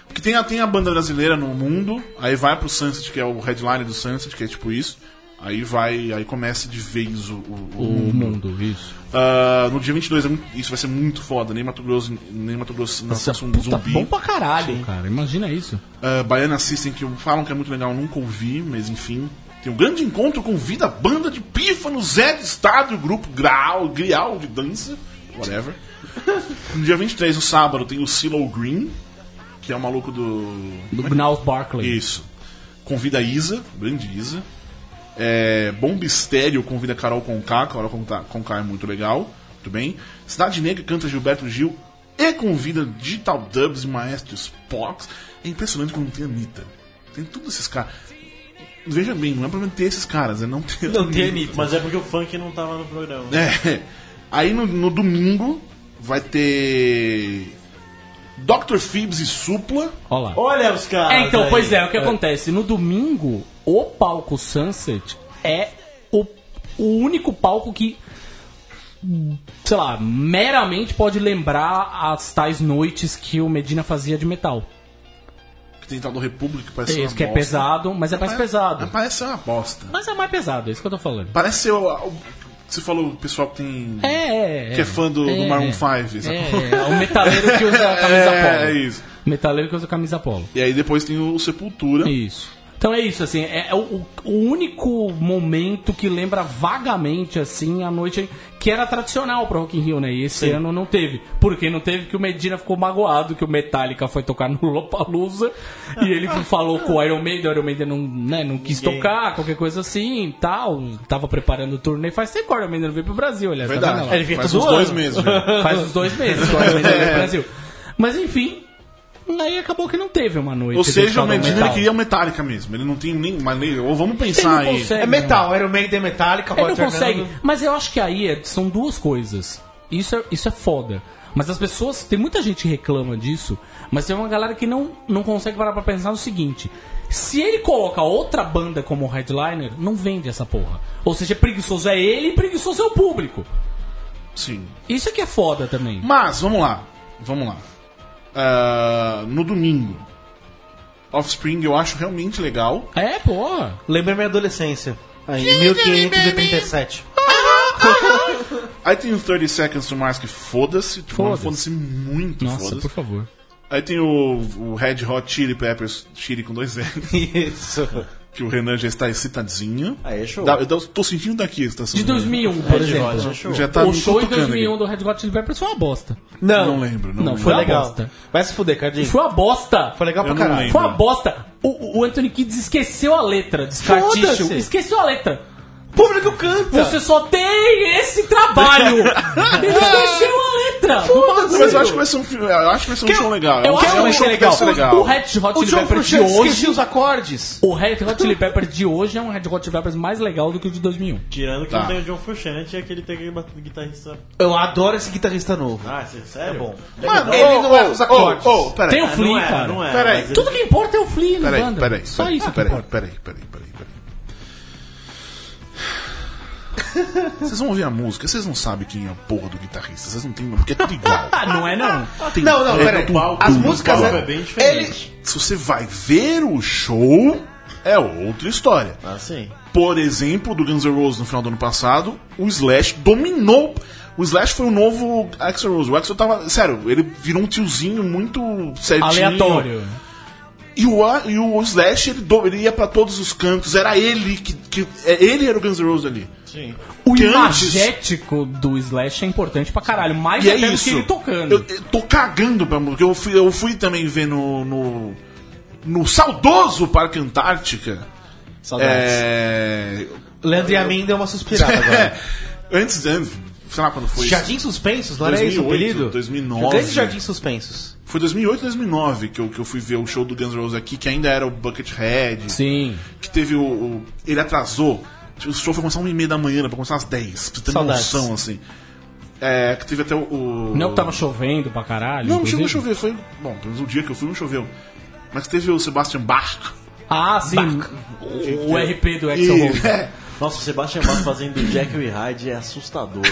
S2: Porque tem a, tem a banda brasileira no mundo, aí vai pro Sunset, que é o headline do Sunset, que é tipo isso. Aí vai. Aí começa de vez o, o- o
S3: O
S2: mundo.
S3: mundo, isso.
S2: Ah, no dia 22, é muito- isso vai ser muito foda. Nem Mato Grosso, nem Mato Grosso
S3: Nossa,
S2: nasce um
S3: puta,
S2: zumbi.
S3: tá bom pra caralho, cara. Imagina isso.
S2: Ah, Baiana assistem que falam que é muito legal, eu nunca ouvi, mas enfim. Tem um grande encontro com vida, banda de pífano, Zé de Estado, e o grupo Grau, Grial de dança, whatever. No dia 23, no sábado, tem o Silo Green, que é o maluco do. é
S3: Do Gnaus Barkley.
S2: Isso. Convida a Isa, grande Isa. É, Bomba Estéreo convida a Carol Conká, Carol Conká, Conká é muito legal, muito bem. Cidade Negra canta Gilberto Gil e convida Digital Dubs e Maestros Pox. É impressionante quando tem Anitta. Tem todos esses caras. Veja bem, não é problema ter esses caras, é não ter.
S4: Não tem Anitta.
S5: Mas é porque o funk não tava no programa.
S2: É. Aí no, no domingo vai ter. Dr. Phoebs e Supla.
S3: Olha lá.
S5: Olha os caras.
S3: É, então,
S5: aí.
S3: pois é, o que acontece? No domingo, o palco Sunset é o, o único palco que, sei lá, meramente pode lembrar as tais noites que o Medina fazia de metal.
S2: Que tem tal do República, que parece
S3: É
S2: uma
S3: isso que é
S2: bosta.
S3: pesado, mas é mais pesado.
S2: Parece ser uma bosta.
S3: Mas é mais pesado, é isso que eu tô falando.
S2: Parece ser o, o- Você falou o pessoal que tem.
S3: É, é, é.
S2: que é fã do, do
S3: É,
S2: Maroon
S3: é.
S2: 5.
S3: É,
S2: sacou?
S3: é, o metaleiro que usa a camisa
S2: É,
S3: polo.
S2: é isso.
S3: Metaleiro que usa camisa polo.
S2: E aí depois tem o Sepultura.
S3: Isso. Então é isso, assim, é é o, o- o único momento que lembra vagamente, assim, a noite que era tradicional pra Rock in Rio, né? E esse ano não teve. Porque não teve que o Medina ficou magoado, que o Metallica foi tocar no Lollapalooza e ele falou com o Iron Maiden, o Iron Maiden não, né, não quis
S5: Ninguém.
S3: tocar, qualquer coisa assim e tal. Tava preparando o turnê, faz tempo que o Iron Maiden não veio pro Brasil, aliás. tá
S2: Verdade.
S3: vendo lá?
S4: Ele fica
S2: Faz
S4: todo
S2: uns
S4: ano.
S2: dois meses. né? já.
S3: Faz uns dois meses que o Iron Maiden veio pro Brasil. Mas enfim, aí acabou que não teve uma noite.
S2: Ou seja,
S3: dedicada ao
S2: o Medina ele
S3: metal.
S2: queria o Metallica mesmo. Ele não tem nem maneira. Ou vamos
S3: não
S2: pensar aí.
S3: consegue.
S4: É metal, Iron Maiden é metálica,
S3: Ele não consegue. Mas eu acho que aí é- são duas coisas. Isso é, isso é foda. Mas as pessoas. Tem muita gente que reclama disso, mas tem uma galera que não, não consegue parar pra pensar no seguinte. Se ele coloca outra banda como headliner, não vende essa porra. Ou seja, preguiçoso é ele e preguiçoso é o público.
S2: Sim.
S3: Isso é que é foda também.
S2: Mas, vamos lá. Vamos lá. Ah, no domingo, Offspring eu acho realmente legal.
S3: É, porra.
S4: Lembra minha adolescência. Aí, em 1587.
S2: Aí tem o 30 Seconds to Mars que foda-se. Tipo, mano,
S3: Foda-se.
S2: Foda-se muito,
S3: Nossa,
S2: foda-se.
S3: por favor.
S2: Aí tem o, o Red Hot Chili Peppers, Chili com dois L,
S4: Isso.
S2: que o Renan já está excitadinho.
S5: Aí é show.
S2: Dá- eu tô- tô sentindo daqui a excitação.
S3: De
S2: dele.
S3: 2001, por
S5: de
S3: exemplo.
S5: rosa, é show.
S2: Já tá
S3: o
S2: me
S3: show em
S2: cutucando aqui. Hum.
S3: 2001 do Red Hot Chili Peppers foi uma bosta.
S4: Não,
S2: Não lembro, não,
S3: Não,
S2: lembro.
S4: foi
S3: Uma
S4: legal.
S3: bosta.
S4: Vai se fuder, Cardinho.
S3: Foi uma bosta.
S4: Foi legal
S2: Eu
S4: pra
S2: não
S4: caralho.
S2: lembro.
S3: Foi uma bosta. O, o Anthony Kidd esqueceu a letra de Scar
S4: Foda-se.
S3: Tissue. Esqueceu a letra.
S4: O público canta.
S3: Você só tem esse trabalho. Ele esqueceu a letra. do bagulho.
S2: Mas eu acho que vai ser um, filme- eu acho que vai ser um show legal.
S3: Eu
S2: acho que é um
S3: acho
S2: show
S3: que
S2: que deve ser legal.
S3: O Red Hot
S4: O
S3: Chili
S4: John
S3: Peppers de
S4: Frusciante
S3: hoje...
S4: esquecia os acordes.
S3: O Red Hot Chili Peppers de hoje é um Red Hot Chili Peppers mais legal do que o de 2001.
S5: Tirando que
S2: Tá.
S5: não tem o John Frusciante e aquele tem aquele bat- guitarrista.
S4: Eu adoro esse guitarrista novo.
S5: Ah, sé- sério?
S4: bom.
S2: Mano,
S4: Ele
S2: ô,
S4: não é
S2: ô,
S4: os acordes.
S2: ô, ô, peraí.
S3: Tem o
S5: Ah,
S3: Flea,
S5: não era,
S3: cara.
S5: não era.
S2: Peraí.
S5: mas ele-
S3: Tudo que importa é o Flea na
S2: Peraí,
S3: banda.
S2: peraí.
S3: Só
S2: peraí,
S3: isso que
S2: peraí,
S3: importa.
S2: peraí, peraí, peraí, peraí. Vocês vão ouvir a música, vocês não sabem quem é a porra do guitarrista, vocês não tem, porque é tudo igual.
S3: Ah, não é não.
S2: Tem-
S4: Não, não,
S2: é,
S4: peraí.
S5: tá um
S2: do palco,
S4: As
S2: do
S4: músicas
S2: palco.
S5: é
S4: né?
S5: bem diferente.
S4: Ele-
S2: Se você vai ver o show, é outra história.
S5: Ah, sim.
S2: Por exemplo, do Guns N' Roses no final do ano passado, o Slash dominou. O Slash foi o novo Axel Rose. O Axel tava. Sério, ele virou um tiozinho muito certinho.
S3: Aleatório.
S2: E o, A- e o Slash, ele, do- ele ia pra todos os cantos. Era ele que. que é, ele era o Guns N' Roses ali.
S5: Sim.
S3: O
S2: Que antes-
S3: imagético do Slash é importante pra caralho. Mais
S2: E é
S3: até do
S2: isso.
S3: que ele tocando.
S2: Eu, eu tô cagando pra música. Eu fui, eu fui também ver no. no, no saudoso Parque Antártica.
S4: Saudades.
S2: É.
S4: Leandro e a mim deu uma suspirada agora.
S2: antes, antes. Sei lá quando foi isso.
S4: Jardim Suspensos, não era isso o
S2: 2008,
S4: apelido?
S2: 2009.
S4: Grande Jardim Suspensos.
S2: Foi 2008, 2009 que eu, que eu fui ver o show do Guns N' Roses aqui, que ainda era o Buckethead.
S3: Sim.
S2: Que teve o. o- ele atrasou. O show foi começar 1 e meia da manhã, era pra começar às 10. Pra você ter
S4: Saudades.
S2: noção, assim. É, que teve até o. o-
S3: Não que tava chovendo pra caralho.
S2: Não, não chegou a
S3: inclusive.
S2: chover, foi. Bom, pelo menos o dia que eu fui não choveu. Mas teve o Sebastian Bach.
S3: Ah, sim. O, o RP do Axel
S2: E- É,
S3: Rose.
S5: Nossa, o Sebastian Bach fazendo Jack e Hyde é assustador.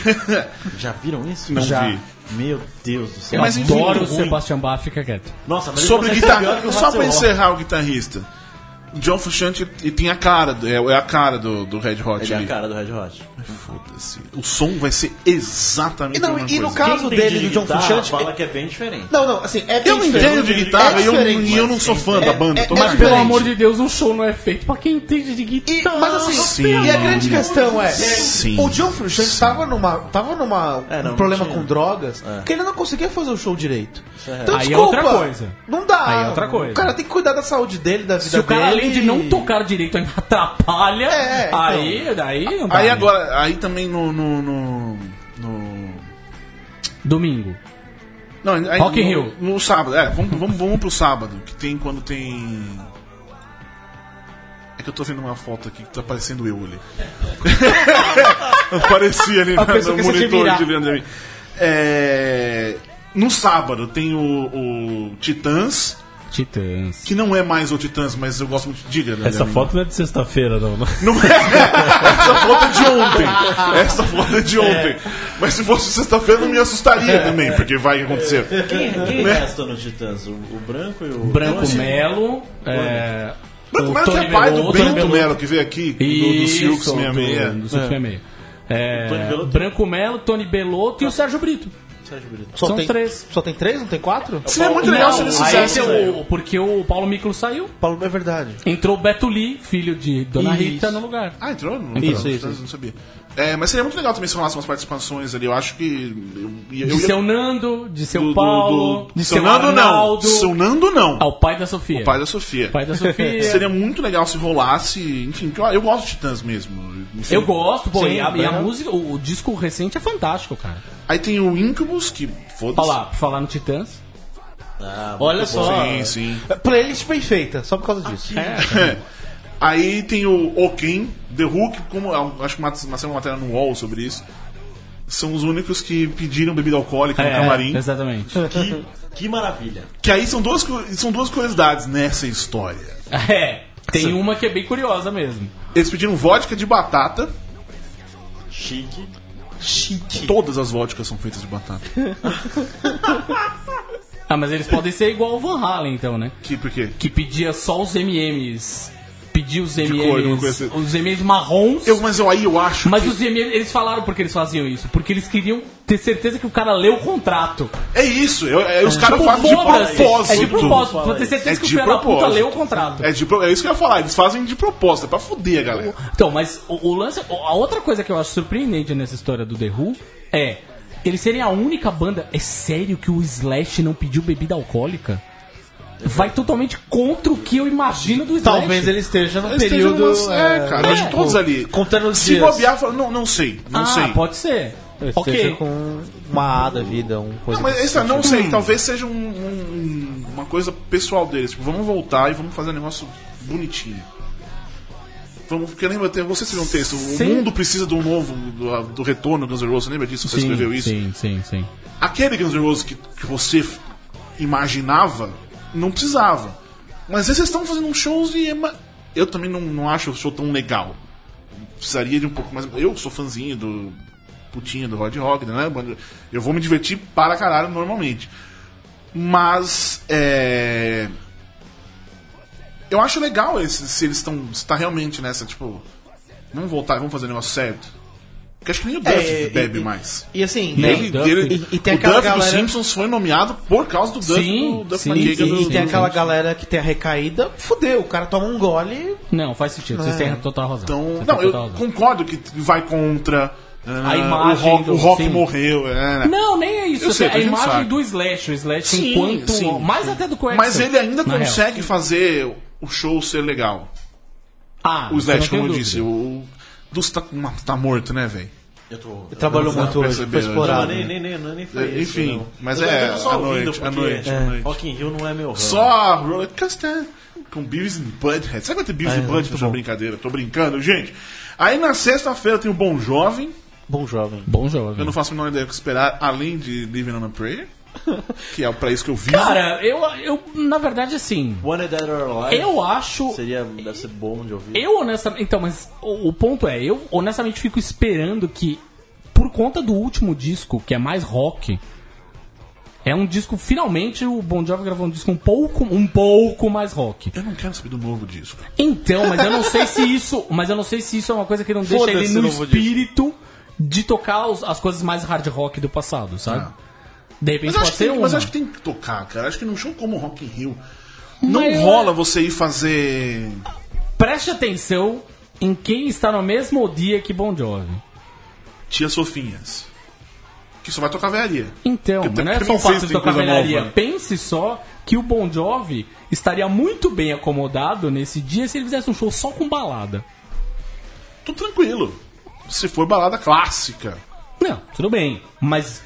S5: Já viram isso?
S2: Não
S5: Já.
S2: vi.
S5: Meu Deus do
S3: Eu
S5: céu.
S2: Mas enfim,
S3: adoro o
S2: ruim.
S3: Sebastian Bach, fica quieto.
S5: Nossa, mas ele
S2: Sobre
S5: consegue ser pior que
S2: guitarra.
S5: o
S2: Só pra
S5: Hasselhoff.
S2: encerrar o guitarrista. O John Frusciante e tem a cara, do- é, é a cara do, do Red Hot
S5: Ele é
S2: ali.
S5: a cara do Red Hot.
S2: Foda-se. O som vai ser exatamente
S4: E não,
S2: a mesma
S4: e no
S2: coisa.
S4: caso- caso
S5: entende
S4: dele,
S5: de
S4: do John
S5: guitarra,
S4: Frusciante,
S5: fala
S4: é-
S5: que é bem diferente.
S4: Não, não, assim, é bem
S2: Eu não entendo de
S4: diferente.
S2: guitarra
S4: É
S2: e eu, não-
S4: diferente,
S2: e eu não sou fã da banda.
S4: é-
S2: tô
S4: é-
S2: cagando.
S4: mas pelo amor
S3: de Deus, um show não é feito pra quem entende de
S4: E- mas assim,
S2: Então, Sim.
S4: e a grande questão é,
S2: Sim.
S4: o John Frusciante tava numa, tava numa
S5: É, não,
S4: um problema
S5: não tinha.
S4: com drogas,
S2: É.
S4: que ele não conseguia fazer o show direito.
S5: é
S4: Então,
S3: Aí é
S4: desculpa,
S3: outra coisa.
S4: Não dá.
S3: Aí é outra coisa.
S4: O cara tem que cuidar da saúde dele, da vida
S3: Se o cara,
S4: dele.
S3: além de não tocar direito, ainda atrapalha,
S4: É, então.
S3: aí, daí não dá,
S2: Aí
S3: né?
S2: agora, aí também no. no, no, no-
S3: Domingo.
S2: Não, aí
S3: Rock in
S2: no,
S3: Rio.
S2: No sábado, é, vamos, vamos, vamos pro sábado, que tem quando tem. É que eu tô vendo uma foto aqui que tá parecendo eu ali. Parecia ali no-
S4: pessoa
S2: no
S4: que você
S2: monitor
S4: admirar.
S2: de Leandro. e mim. É, No sábado tem o, o Titãs,
S3: Titãs.
S2: que não é mais o Titãs, mas eu gosto muito. Diga, Leandro e
S1: Essa
S2: mim.
S1: foto não é de sexta-feira, não.
S2: Não é. Essa foto é de ontem. Essa foto é de ontem. Mas se fosse sexta-feira, eu me assustaria também, porque vai que acontecer.
S5: Quem, quem resta nos Titãs? O, o Branco e o...
S3: Branco
S5: Tony?
S3: Melo. É,
S2: Branco
S3: o
S2: Melo que
S3: Tony
S2: é pai do
S3: Bellotto, Tony
S2: Bento
S3: Bellotto.
S2: Melo, que veio aqui, do, do
S3: Isso,
S2: Silks É.
S3: do-
S2: 66.
S3: do Silks 66. É,
S5: Tony Bellotto.
S3: Branco Melo, Tony Belotto e o Sérgio Brito.
S5: Sérgio Brito?
S4: Só
S3: São
S4: tem,
S3: três.
S4: Só tem três? Não tem quatro?
S2: Seria muito legal se ele
S3: Não, aí
S2: sucesso.
S3: deu o- porque o Paulo Miklos saiu,
S4: Paulo, é verdade.
S3: entrou o Beto Lee, filho de Dona
S4: Isso.
S3: Rita, no lugar.
S2: Ah, entrou? Não,
S4: Isso,
S2: não,
S4: isso,
S2: Não sabia. É, mas seria muito legal também se rolassem umas participações ali. Eu acho que. Eu, eu,
S3: De
S2: eu ia-
S3: seu Nando, de seu
S2: do- do-
S3: Paulo,
S2: do-
S3: de
S2: Seu
S3: seu
S2: Nando não.
S3: Arnaldo.
S2: Seu Nando não.
S3: Ah, o pai da Sofia.
S2: Pai da Sofia.
S3: Pai da Sofia.
S2: Seria muito legal se rolasse. Enfim, que eu, eu gosto de Titãs mesmo. Enfim.
S3: Eu gosto, pô,
S4: Sim,
S3: e, a, e a
S4: né?
S3: música, o, o disco recente é fantástico, cara.
S2: Aí tem o Incubus, que
S3: Olha
S2: foda-se.
S3: lá, pra falar no Titãs.
S4: Olha só.
S2: Sim, sim.
S4: É, Playlist bem feita, só por causa disso.
S2: É. Aí tem o Oken, The Hulk, como ah, acho que mat- nasceu uma matéria no UOL sobre isso. São os únicos que pediram bebida alcoólica no camarim.
S3: é, Exatamente.
S5: Que, que maravilha.
S2: Que aí são duas, cu- são duas curiosidades nessa história.
S3: É, tem uma que é bem curiosa mesmo.
S2: Eles pediram vodka de batata.
S5: Chique.
S2: Todas as vodkas são feitas de batata.
S3: Ah, mas eles podem ser igual o Van Halen, então, né?
S2: Que, por quê?
S3: Que pedia só os MMs. Pedia os
S2: cor, eu não
S3: MMs.
S2: conheço.
S3: Os MMs marrons.
S2: Eu, mas eu, aí eu acho.
S3: Mas
S2: que-
S3: os MMs, eles falaram porque eles faziam isso. Porque eles queriam ter certeza que o cara leu o contrato.
S2: É isso. eu- é- os caras
S3: Tipo,
S2: fazem de
S3: foda-se.
S2: propósito.
S3: É de propósito. Pra ter
S2: É
S3: certeza que o
S2: de
S3: filho da puta
S2: propósito.
S3: leu o contrato.
S2: É, de pro- é isso que eu ia falar. Eles fazem de propósito. É pra foder, galera.
S3: Então, mas o, o lance. o- A outra coisa que eu acho surpreendente nessa história do The Who é. Eles serem a única banda. É sério que o Slash não pediu bebida alcoólica? Vai totalmente contra o que eu imagino do Slash.
S4: Talvez ele esteja num
S2: Eles têm
S4: período.
S2: umas- É, cara. eu acho que todos ali.
S4: Contando os
S2: Se
S4: dias.
S2: bobear, fala, não, não sei. Não
S3: ah,
S2: sei.
S3: pode ser.
S4: Ele Esteja
S3: Ok.
S4: com uma A da vida, um coisa
S2: Não, mas
S4: desse
S2: isso, eu não
S4: tipo.
S2: sei. Talvez seja um- um- uma coisa pessoal deles. Tipo, vamos voltar e vamos fazer um negócio bonitinho. Vamos, porque lembra, tem- você escreveu um texto.
S3: Sim.
S2: O mundo precisa de um novo, do, do retorno do Guns N' Roses. Lembra disso? Você escreveu isso?
S3: Sim, sim, sim.
S2: Aquele Guns N' Roses que, que você f- imaginava, não precisava. Mas vocês estão fazendo uns shows e... é ma- Eu também não, não acho o show tão legal. Precisaria de um pouco mais... Eu sou fãzinho do... Putinha do Rod Rock, né? Eu vou me divertir para caralho normalmente. Mas... É... Eu acho legal esse, se eles estão... Se tá realmente nessa, tipo... Vamos voltar, vamos fazer o negócio certo. Porque acho que nem o Duff
S4: É, e-
S2: bebe
S4: e-
S2: mais.
S4: E assim,
S3: Não,
S2: Ele,
S3: Duff.
S2: ele-
S4: E- e tem
S2: o
S4: aquela
S2: Duff
S4: galera-
S2: dos Simpsons foi nomeado por causa do Duff
S3: Sim,
S2: do Duff né?
S3: sim,
S4: E,
S2: Maniga
S4: e-
S2: do,
S4: e tem
S2: do-
S4: aquela galera que tem a recaída, fudeu, o cara toma um gole.
S3: Não, faz sentido. Vocês têm total razão.
S2: Então,
S3: Vocês
S2: não,
S3: têm
S2: eu
S3: total razão.
S2: concordo que vai contra ah,
S3: imagem
S2: o rock,
S3: do-
S2: o rock
S3: sim.
S2: morreu, é, né?
S3: Não, nem é isso.
S2: Eu sei,
S3: é
S2: tô
S3: a
S2: enchendo o
S3: imagem
S2: saco.
S3: do Slash. O Slash
S2: Sim,
S3: enquanto.
S2: sim,
S3: mais até do que o
S2: mas
S3: Axl,
S2: ele ainda
S3: na real.
S2: consegue fazer o show ser legal.
S3: Ah,
S2: O Slash,
S3: não tenho
S2: como eu
S3: dúvida.
S2: disse, o o Dust tá, tá morto, né, velho?
S5: Eu tô.
S4: Ele trabalhou
S2: Não,
S4: muito hoje,
S2: perceberam, né?
S4: foi
S5: Não,
S4: explorado.
S3: né?
S5: nem, nem, nem, nem foi
S2: É,
S5: isso,
S2: enfim,
S5: não.
S2: mas
S5: Eu tô
S2: é,
S5: tendo só
S2: à
S5: ouvindo,
S2: noite, à
S5: porque
S2: noite, à noite.
S5: Rock in Rio não é meu ramo.
S2: Só roller coaster com Beavis and Butthead. Sabe quanto é Beavis and
S4: Ah, é,
S2: Butthead?
S4: muito
S2: Tô
S4: bom.
S2: brincadeira, tô brincando, gente. Aí na sexta-feira tem o Bom Jovem.
S4: Bom jovem.
S3: Bom jogo.
S2: né? Eu não faço a menor ideia do que esperar, além de Living on a Prayer, que é pra isso que eu vivo.
S3: Cara, eu, eu, na verdade, assim.
S5: One Dead or Alive.
S3: Eu acho.
S5: Seria, deve ser bom de ouvir.
S3: Eu honestamente. Então, mas o, o ponto é, eu honestamente fico esperando que, por conta do último disco, que é mais rock, é um disco. Finalmente o Bon Jovi gravou um disco um pouco, um pouco mais rock.
S2: eu não quero saber do novo disco.
S3: Então, mas eu não sei se isso. Mas eu não sei se isso é uma coisa que não deixa
S4: Foda-se
S3: ele
S4: o
S3: no
S4: novo
S3: espírito de tocar os- as coisas mais hard rock do passado, sabe? De repente
S2: Ah.
S3: pode
S2: Mas eu acho, que
S3: ser
S2: tem,
S3: uma.
S2: mas eu acho que tem que tocar, cara. Acho que num show como Rock in Rio, não
S3: Mas-
S2: rola você ir fazer...
S3: Preste atenção em quem está no mesmo dia que Bon Jovi.
S2: Tia Sofinhas. Que só vai tocar velharia.
S3: Então,
S2: Eu
S3: mas não é
S2: também
S3: só o
S2: não sei
S3: fato
S2: se
S3: de
S2: tem
S3: tocar
S2: coisa
S3: velharia.
S2: nova.
S3: Pense só que o Bon Jovi estaria muito bem acomodado nesse dia se ele fizesse um show só com balada.
S2: Tudo tranquilo. Se for balada clássica.
S3: Não, tudo bem, mas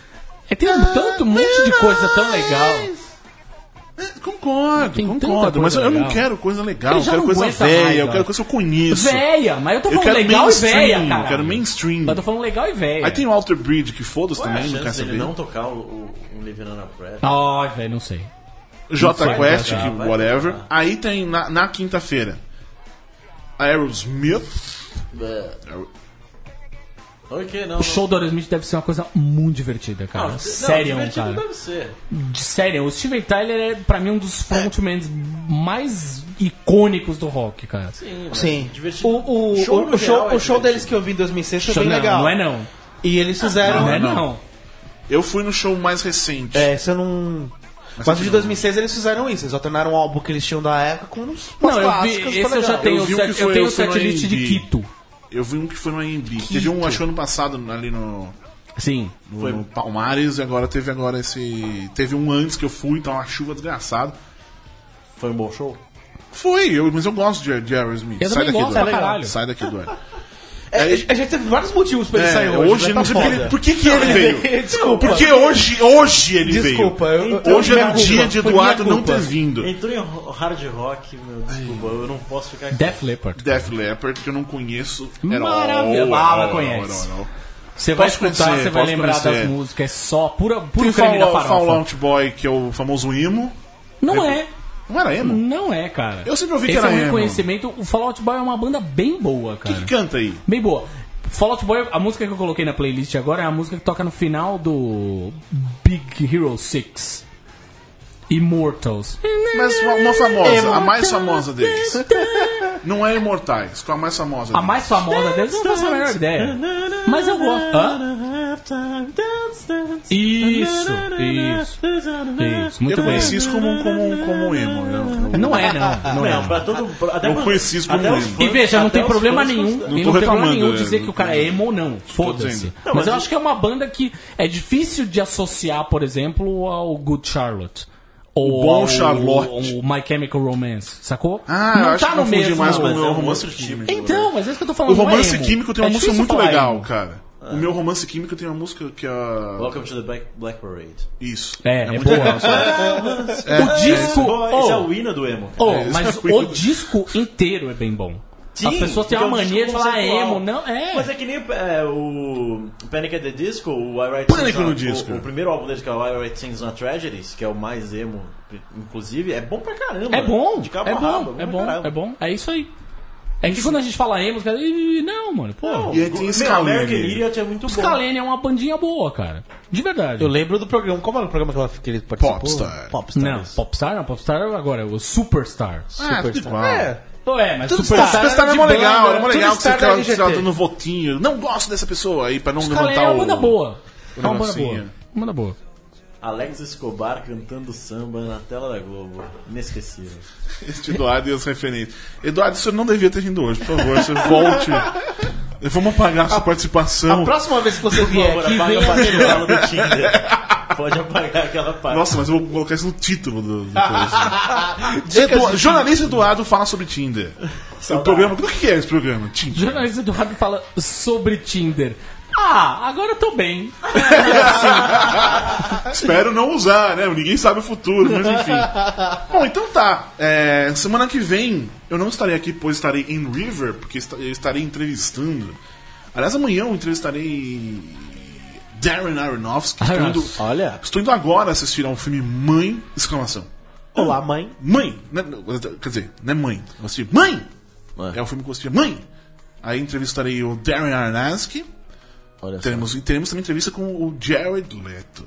S3: é tem
S2: Ah,
S3: um tanto, um monte de coisa tão legal.
S2: É, Concordo,
S3: Tem tanta
S2: concordo. Mas
S3: coisa
S2: eu não
S3: legal.
S2: quero coisa legal,
S3: Ele
S2: eu
S3: já
S2: quero
S3: não
S2: coisa
S3: aguenta
S2: velha,
S3: mais,
S2: eu
S3: ó.
S2: quero coisa que eu conheço.
S3: Véia, mas eu tô
S2: Eu
S3: falando
S2: quero
S3: legal e véia,
S2: mainstream,
S3: cara.
S2: eu quero mainstream.
S3: Mas eu tô falando legal e véia.
S2: Aí tem o Alter Bridge, que foda-se
S5: Qual é
S2: também,
S5: a
S2: não quer
S5: chance
S2: saber.
S5: dele não tocar o, o, um o Living on a Prayer?
S3: Ai, velho, não sei.
S2: J Quest,
S5: vai
S2: que
S5: dar, vai
S2: whatever.
S5: dar.
S2: Aí tem na, na quinta-feira Aerosmith.
S5: Ok, não.
S3: O show do Aerosmith deve ser uma coisa muito divertida,
S5: não.
S3: cara.
S5: não,
S3: sério,
S5: divertido
S3: cara.
S5: deve ser.
S3: De Sério, o Steven Tyler é, pra mim, um dos frontmans mais icônicos do rock, cara.
S5: Sim, mas
S4: Sim.
S5: divertido.
S4: O, o, o- o show,
S5: Show no
S4: o
S5: geral
S4: show,
S5: é
S4: deles que eu vi em 2006 foi
S3: Show-
S4: bem
S3: não,
S4: legal.
S3: não é não.
S4: E eles fizeram.
S3: Não é não.
S2: Eu fui no show mais recente.
S4: É, isso eu não. Mas,
S2: acho
S4: o de
S2: que
S4: 2006 eles fizeram isso, eles alternaram o álbum que eles tinham da época com uns umas
S3: Não, eu vi,
S4: clássicas, tá
S3: esse eu já
S4: legal.
S3: tenho,
S2: Eu vi um
S3: set-
S2: que
S3: eu
S2: foi-
S3: tenho o
S2: foi no
S3: setlist de
S2: AMB.
S3: Quito.
S2: Eu vi um que foi no AMB. Teve um, acho que ano passado, ali no,
S3: Sim.
S2: no, no Palmares, e agora teve agora esse. Teve um antes que eu fui, então uma chuva desgraçada.
S5: Foi um bom show?
S2: Fui, eu, mas eu gosto de, de Aerosmith.
S3: Eu
S2: Sai
S3: também
S2: daqui,
S3: gosto pra
S2: Eduardo.
S3: caralho.
S2: Sai daqui, Eduardo.
S4: É, a gente teve vários motivos pra ele
S2: É,
S4: sair hoje.
S2: hoje,
S4: né?
S2: não
S4: Tá
S2: sei por que
S4: foda.
S2: ele- por que, que ele veio.
S4: Desculpa.
S2: Porque hoje, hoje ele
S4: Desculpa,
S2: veio.
S4: eu- eu-
S2: hoje
S4: eu-
S2: era o
S4: minha
S2: dia
S4: culpa,
S2: de
S4: foi
S2: Eduardo
S4: minha
S2: não ter
S4: culpa.
S3: é
S2: vindo.
S5: Entrou em ro- hard rock, meu, desculpa, eu não posso ficar aqui.
S3: Def Leppard.
S2: Def Leppard, que eu não conheço.
S3: Maravilha. Ah, mas conhece. Você vai
S2: Posso
S3: escutar,
S2: conhecer,
S3: você vai
S2: posso
S3: lembrar
S2: conhecer.
S3: das músicas, é só pura,
S2: Tem
S3: puro
S2: o
S3: creme da
S2: Fall,
S3: farofa.
S2: Fall Out Boy, que é o famoso emo.
S3: Não é,
S2: Não era emo?
S3: não é, cara.
S2: Eu sempre ouvi que
S3: Esse
S2: era
S3: é um
S2: emo.
S3: reconhecimento. O Fallout Boy é uma banda bem boa,
S2: Quem
S3: cara.
S2: que canta aí?
S3: Bem boa. Fallout Boy, a música que eu coloquei na playlist agora é a música que toca no final do Big Hero 6. Immortals.
S2: Mas uma, uma famosa, a mais famosa deles. Não é Imortais, qual a mais famosa
S3: A
S2: deles?
S3: mais famosa deles, eu não faço a menor ideia. Mas eu gosto. Hã? Isso, isso, isso. Muito
S2: Eu
S3: bem.
S2: conheci isso como, um- como, um- como um emo. né?
S3: Não é, não. Não é.
S5: Ah, Não, pra todo. pra- Até
S2: Eu
S5: pra-
S2: conheci isso como
S5: até os
S2: emo.
S5: fãs-
S3: E veja, não
S5: até
S3: tem
S5: os
S3: problema
S5: fãs
S3: nenhum.
S5: consideram.
S2: Não
S3: e
S2: tô
S3: não tem problema
S2: reclamando,
S3: nenhum
S2: é,
S3: dizer
S2: não-
S3: que o cara é emo ou não. Foda-se.
S2: dizendo.
S3: Mas, eu acho que é uma banda que é difícil de associar, por exemplo, ao Good Charlotte. Ou
S2: Bom
S3: ao-
S2: Charlotte.
S3: ou My Chemical Romance, sacou? tá
S2: Ah, eu acho que confundi mais com
S5: Mas
S2: o
S5: é
S2: meu
S5: um
S2: romance
S5: outro
S2: químico.
S3: Então, mas é isso que eu tô
S2: O
S3: falando. não é
S2: romance
S3: emo.
S2: químico tem uma
S3: É
S2: música
S3: difícil
S2: muito
S3: falar
S2: legal,
S3: emo.
S2: cara. O meu romance químico tem uma música que é. a-
S5: Welcome to the Black, Black Parade.
S2: Isso.
S3: É, é,
S2: muito
S3: boa.
S2: legal.
S3: o disco.
S5: Boy, Esse é
S3: Oh,
S5: o hino do emo.
S3: oh,
S2: É,
S3: mas
S2: isso é
S3: o
S2: muito-
S3: disco inteiro é bem bom.
S5: Sim,
S3: As pessoas têm
S5: porque
S3: uma
S5: é um
S3: mania de
S5: disco
S3: falar
S5: conceitual.
S3: emo, não? É.
S5: Mas é que nem é, o Panic at the Disco, o I Write
S2: Pânico
S5: Things on-
S2: no Disco.
S5: O, o primeiro álbum deles, que é o I Write Things Not Tragedies, que é o mais emo, inclusive, é bom pra caramba.
S3: É bom,
S5: De cabo
S3: é
S5: a
S3: bom,
S5: rabo,
S3: é
S5: pra
S3: bom,
S5: caramba.
S3: é bom. É isso aí. É que quando a gente fala emo, os caras. "Ih, Não, mano, pô.
S5: Não,
S2: E aí tem
S5: meu,
S2: Scalene.
S5: American Idiot é muito bom.
S3: Scalene é uma bandinha boa, cara. De verdade.
S4: Eu lembro do programa. Como era o programa que ela- que ele participou?
S2: Popstar.
S4: Popstar.
S3: não, Popstar não, Popstar agora, é o Superstar.
S2: Ah, tudo igual.
S4: É.
S3: É, mas
S4: Tudo
S2: Pô,
S3: Superstar.
S2: Superstar é mó
S3: né?
S2: legal, é mó legal que você
S4: Superstar
S2: tá
S4: da RGT.
S2: tirado no votinho. Não gosto dessa pessoa aí, pra não
S3: Scalene
S2: levantar
S3: é
S2: o...
S3: uma banda boa. É uma banda
S2: negocinho.
S3: boa. Uma banda boa.
S5: Alex Escobar cantando samba na tela da Globo. Inesquecível.
S2: Este Eduardo e as referências. Eduardo, você não devia ter vindo hoje, por favor, você volte. Vamos apagar a sua
S4: A
S2: participação.
S4: próxima vez que você
S3: É
S5: Por
S4: vier
S5: favor,
S4: aqui, vem
S5: apaga a
S4: a melhor.
S5: bate-bola do Tinder. Pode apagar aquela parte.
S2: Nossa, mas eu vou colocar isso no título do, do
S3: Ah,
S2: coisa. Edu- Jornalista Eduardo fala sobre Tinder. O programa, do que é esse programa?
S3: O
S2: Tinder.
S3: jornalista Eduardo fala sobre Tinder. Ah, agora eu tô bem.
S2: Espero não usar, né? Ninguém sabe o futuro, mas enfim. Bom, então tá. É, semana que vem eu não estarei aqui, pois estarei em River, porque esta- eu estarei entrevistando. Aliás, amanhã eu entrevistarei Darren Aronofsky. Estou indo,
S4: Olha.
S2: estou indo agora assistir ao filme Mãe! Exclamação.
S4: Olá, mãe.
S2: Mãe! né? Quer dizer, não é mãe. Eu assisti Mãe! É o filme que eu assisti Mãe! Aí entrevistarei o Darren Aronofsky.
S5: Olha só.
S2: Teremos, e teremos também entrevista com o Jared Leto.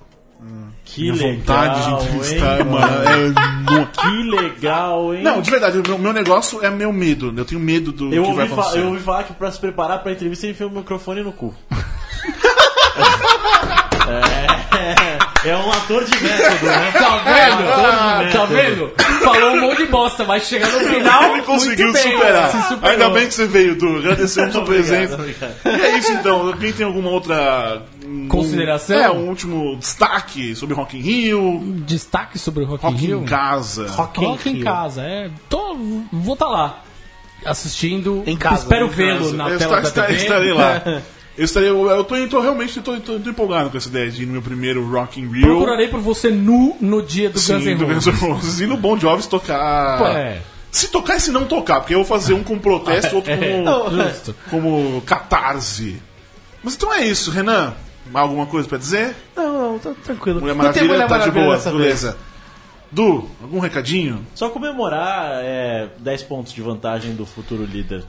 S5: Que
S2: Minha vontade de entrevistar,
S5: hein,
S2: mano, é enorme.
S5: Que legal, hein?
S2: Não, de verdade, o meu, meu negócio é meu medo. Eu tenho medo do
S5: eu
S2: que vai
S5: ouvi, fa-
S2: acontecer.
S5: eu ouvi falar que pra se preparar pra entrevista ele enfia o microfone no cu. é, é um ator de método, né?
S3: Tá vendo?
S5: Ah,
S3: tá vendo? Falou um monte de bosta, mas chega no final.
S2: Ele conseguiu
S3: muito bem,
S2: superar.
S3: se superou.
S2: Ainda bem que você veio, Du. Agradecemos sua
S5: Obrigado,
S2: presença.
S5: obrigado.
S2: E é isso então. Alguém tem alguma outra. um-
S3: Consideração?
S2: É, um último destaque sobre Rock in Rio,
S3: Destaque sobre o Rock, in
S2: Rock
S3: Rio.
S2: em Casa.
S4: Rock,
S3: Rock em casa, é. Tô, vou estar lá. Assistindo.
S4: Em casa,
S3: Espero
S4: em
S3: vê-lo na
S2: eu
S3: tela da
S2: esta- esta-
S3: TV.
S2: estarei lá. Eu, estarei, eu, eu tô, eu tô realmente tô, tô- tô empolgado com essa ideia de ir no meu primeiro Rock in Rio.
S3: Procurarei por você nu no dia do Guns
S2: Sim,
S3: N'
S2: do Guns
S3: Roses.
S2: N' Roses. E no Bon Jovis tocar.
S3: Pô, é.
S2: Se tocar e se não tocar, porque eu vou fazer um com protesto, outro
S3: Não,
S2: como,
S3: justo.
S2: como catarse. Mas então é isso, Renan. Alguma coisa pra dizer?
S4: Não, não, tá tranquilo.
S2: Mulher
S4: Não tem
S2: Maravilha,
S4: Mulher
S2: tá de
S4: Maravilha
S2: boa,
S4: dessa vez.
S2: beleza. Du, algum recadinho?
S5: Só comemorar é, 10 pontos de vantagem do futuro líder.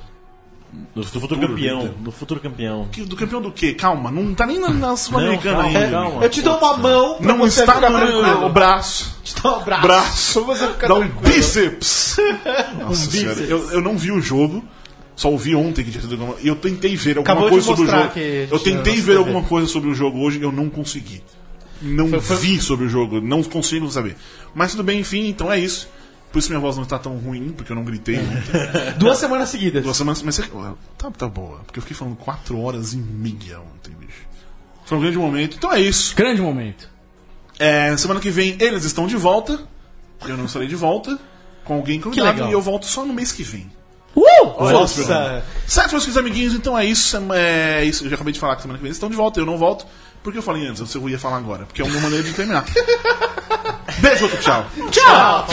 S5: Do, do futuro
S2: Futuro
S5: campeão.
S2: líder.
S5: Do futuro campeão.
S2: Que- é Do campeão do quê? Calma, não tá nem na, na Sul-Americana
S5: calma,
S2: ainda.
S5: calma.
S4: Eu te dou uma mão pra
S2: Não
S4: você
S2: está
S4: ficar
S2: no o
S4: tranquilo.
S2: braço.
S4: Te dou um abraço.
S2: Braço.
S4: Pra você ficar
S2: Dá um
S4: tranquilo. Um
S2: bíceps. Nossa senhora,
S5: bíceps.
S2: eu, eu não vi o jogo. Só ouvi ontem que tinha sido alguma- e eu tentei ver alguma
S4: Acabou de
S2: coisa sobre o
S4: mostrar
S2: jogo.
S4: que
S2: Eu
S4: tinha
S2: tentei
S4: nosso
S2: ver
S4: TV.
S2: alguma coisa sobre o jogo hoje e eu não consegui. Não
S1: Foi- foi-
S2: vi sobre o jogo, não consigo saber. Mas tudo bem, enfim, então é isso. Por isso minha voz não está tão ruim, porque eu não
S4: É.
S2: gritei.
S4: Duas semanas seguidas.
S2: Duas semanas, mas você- ó, tá, tá boa, porque eu fiquei falando quatro horas e meia ontem, bicho. Foi um grande momento. Então é isso.
S3: Grande momento.
S2: É, semana que vem eles estão de volta. Eu não estarei de volta. Com alguém convidado.
S3: legal.
S2: E eu volto só no mês que vem.
S3: Uh!
S4: Nossa!
S2: Certo, meus queridos amiguinhos, então é isso. É isso. Eu já acabei de falar que semana que vem eles estão de volta. Eu não volto. Porque eu falei antes, eu sei que eu ia falar agora. Porque é uma maneira de terminar. Beijo, outro tchau.
S4: Tchau!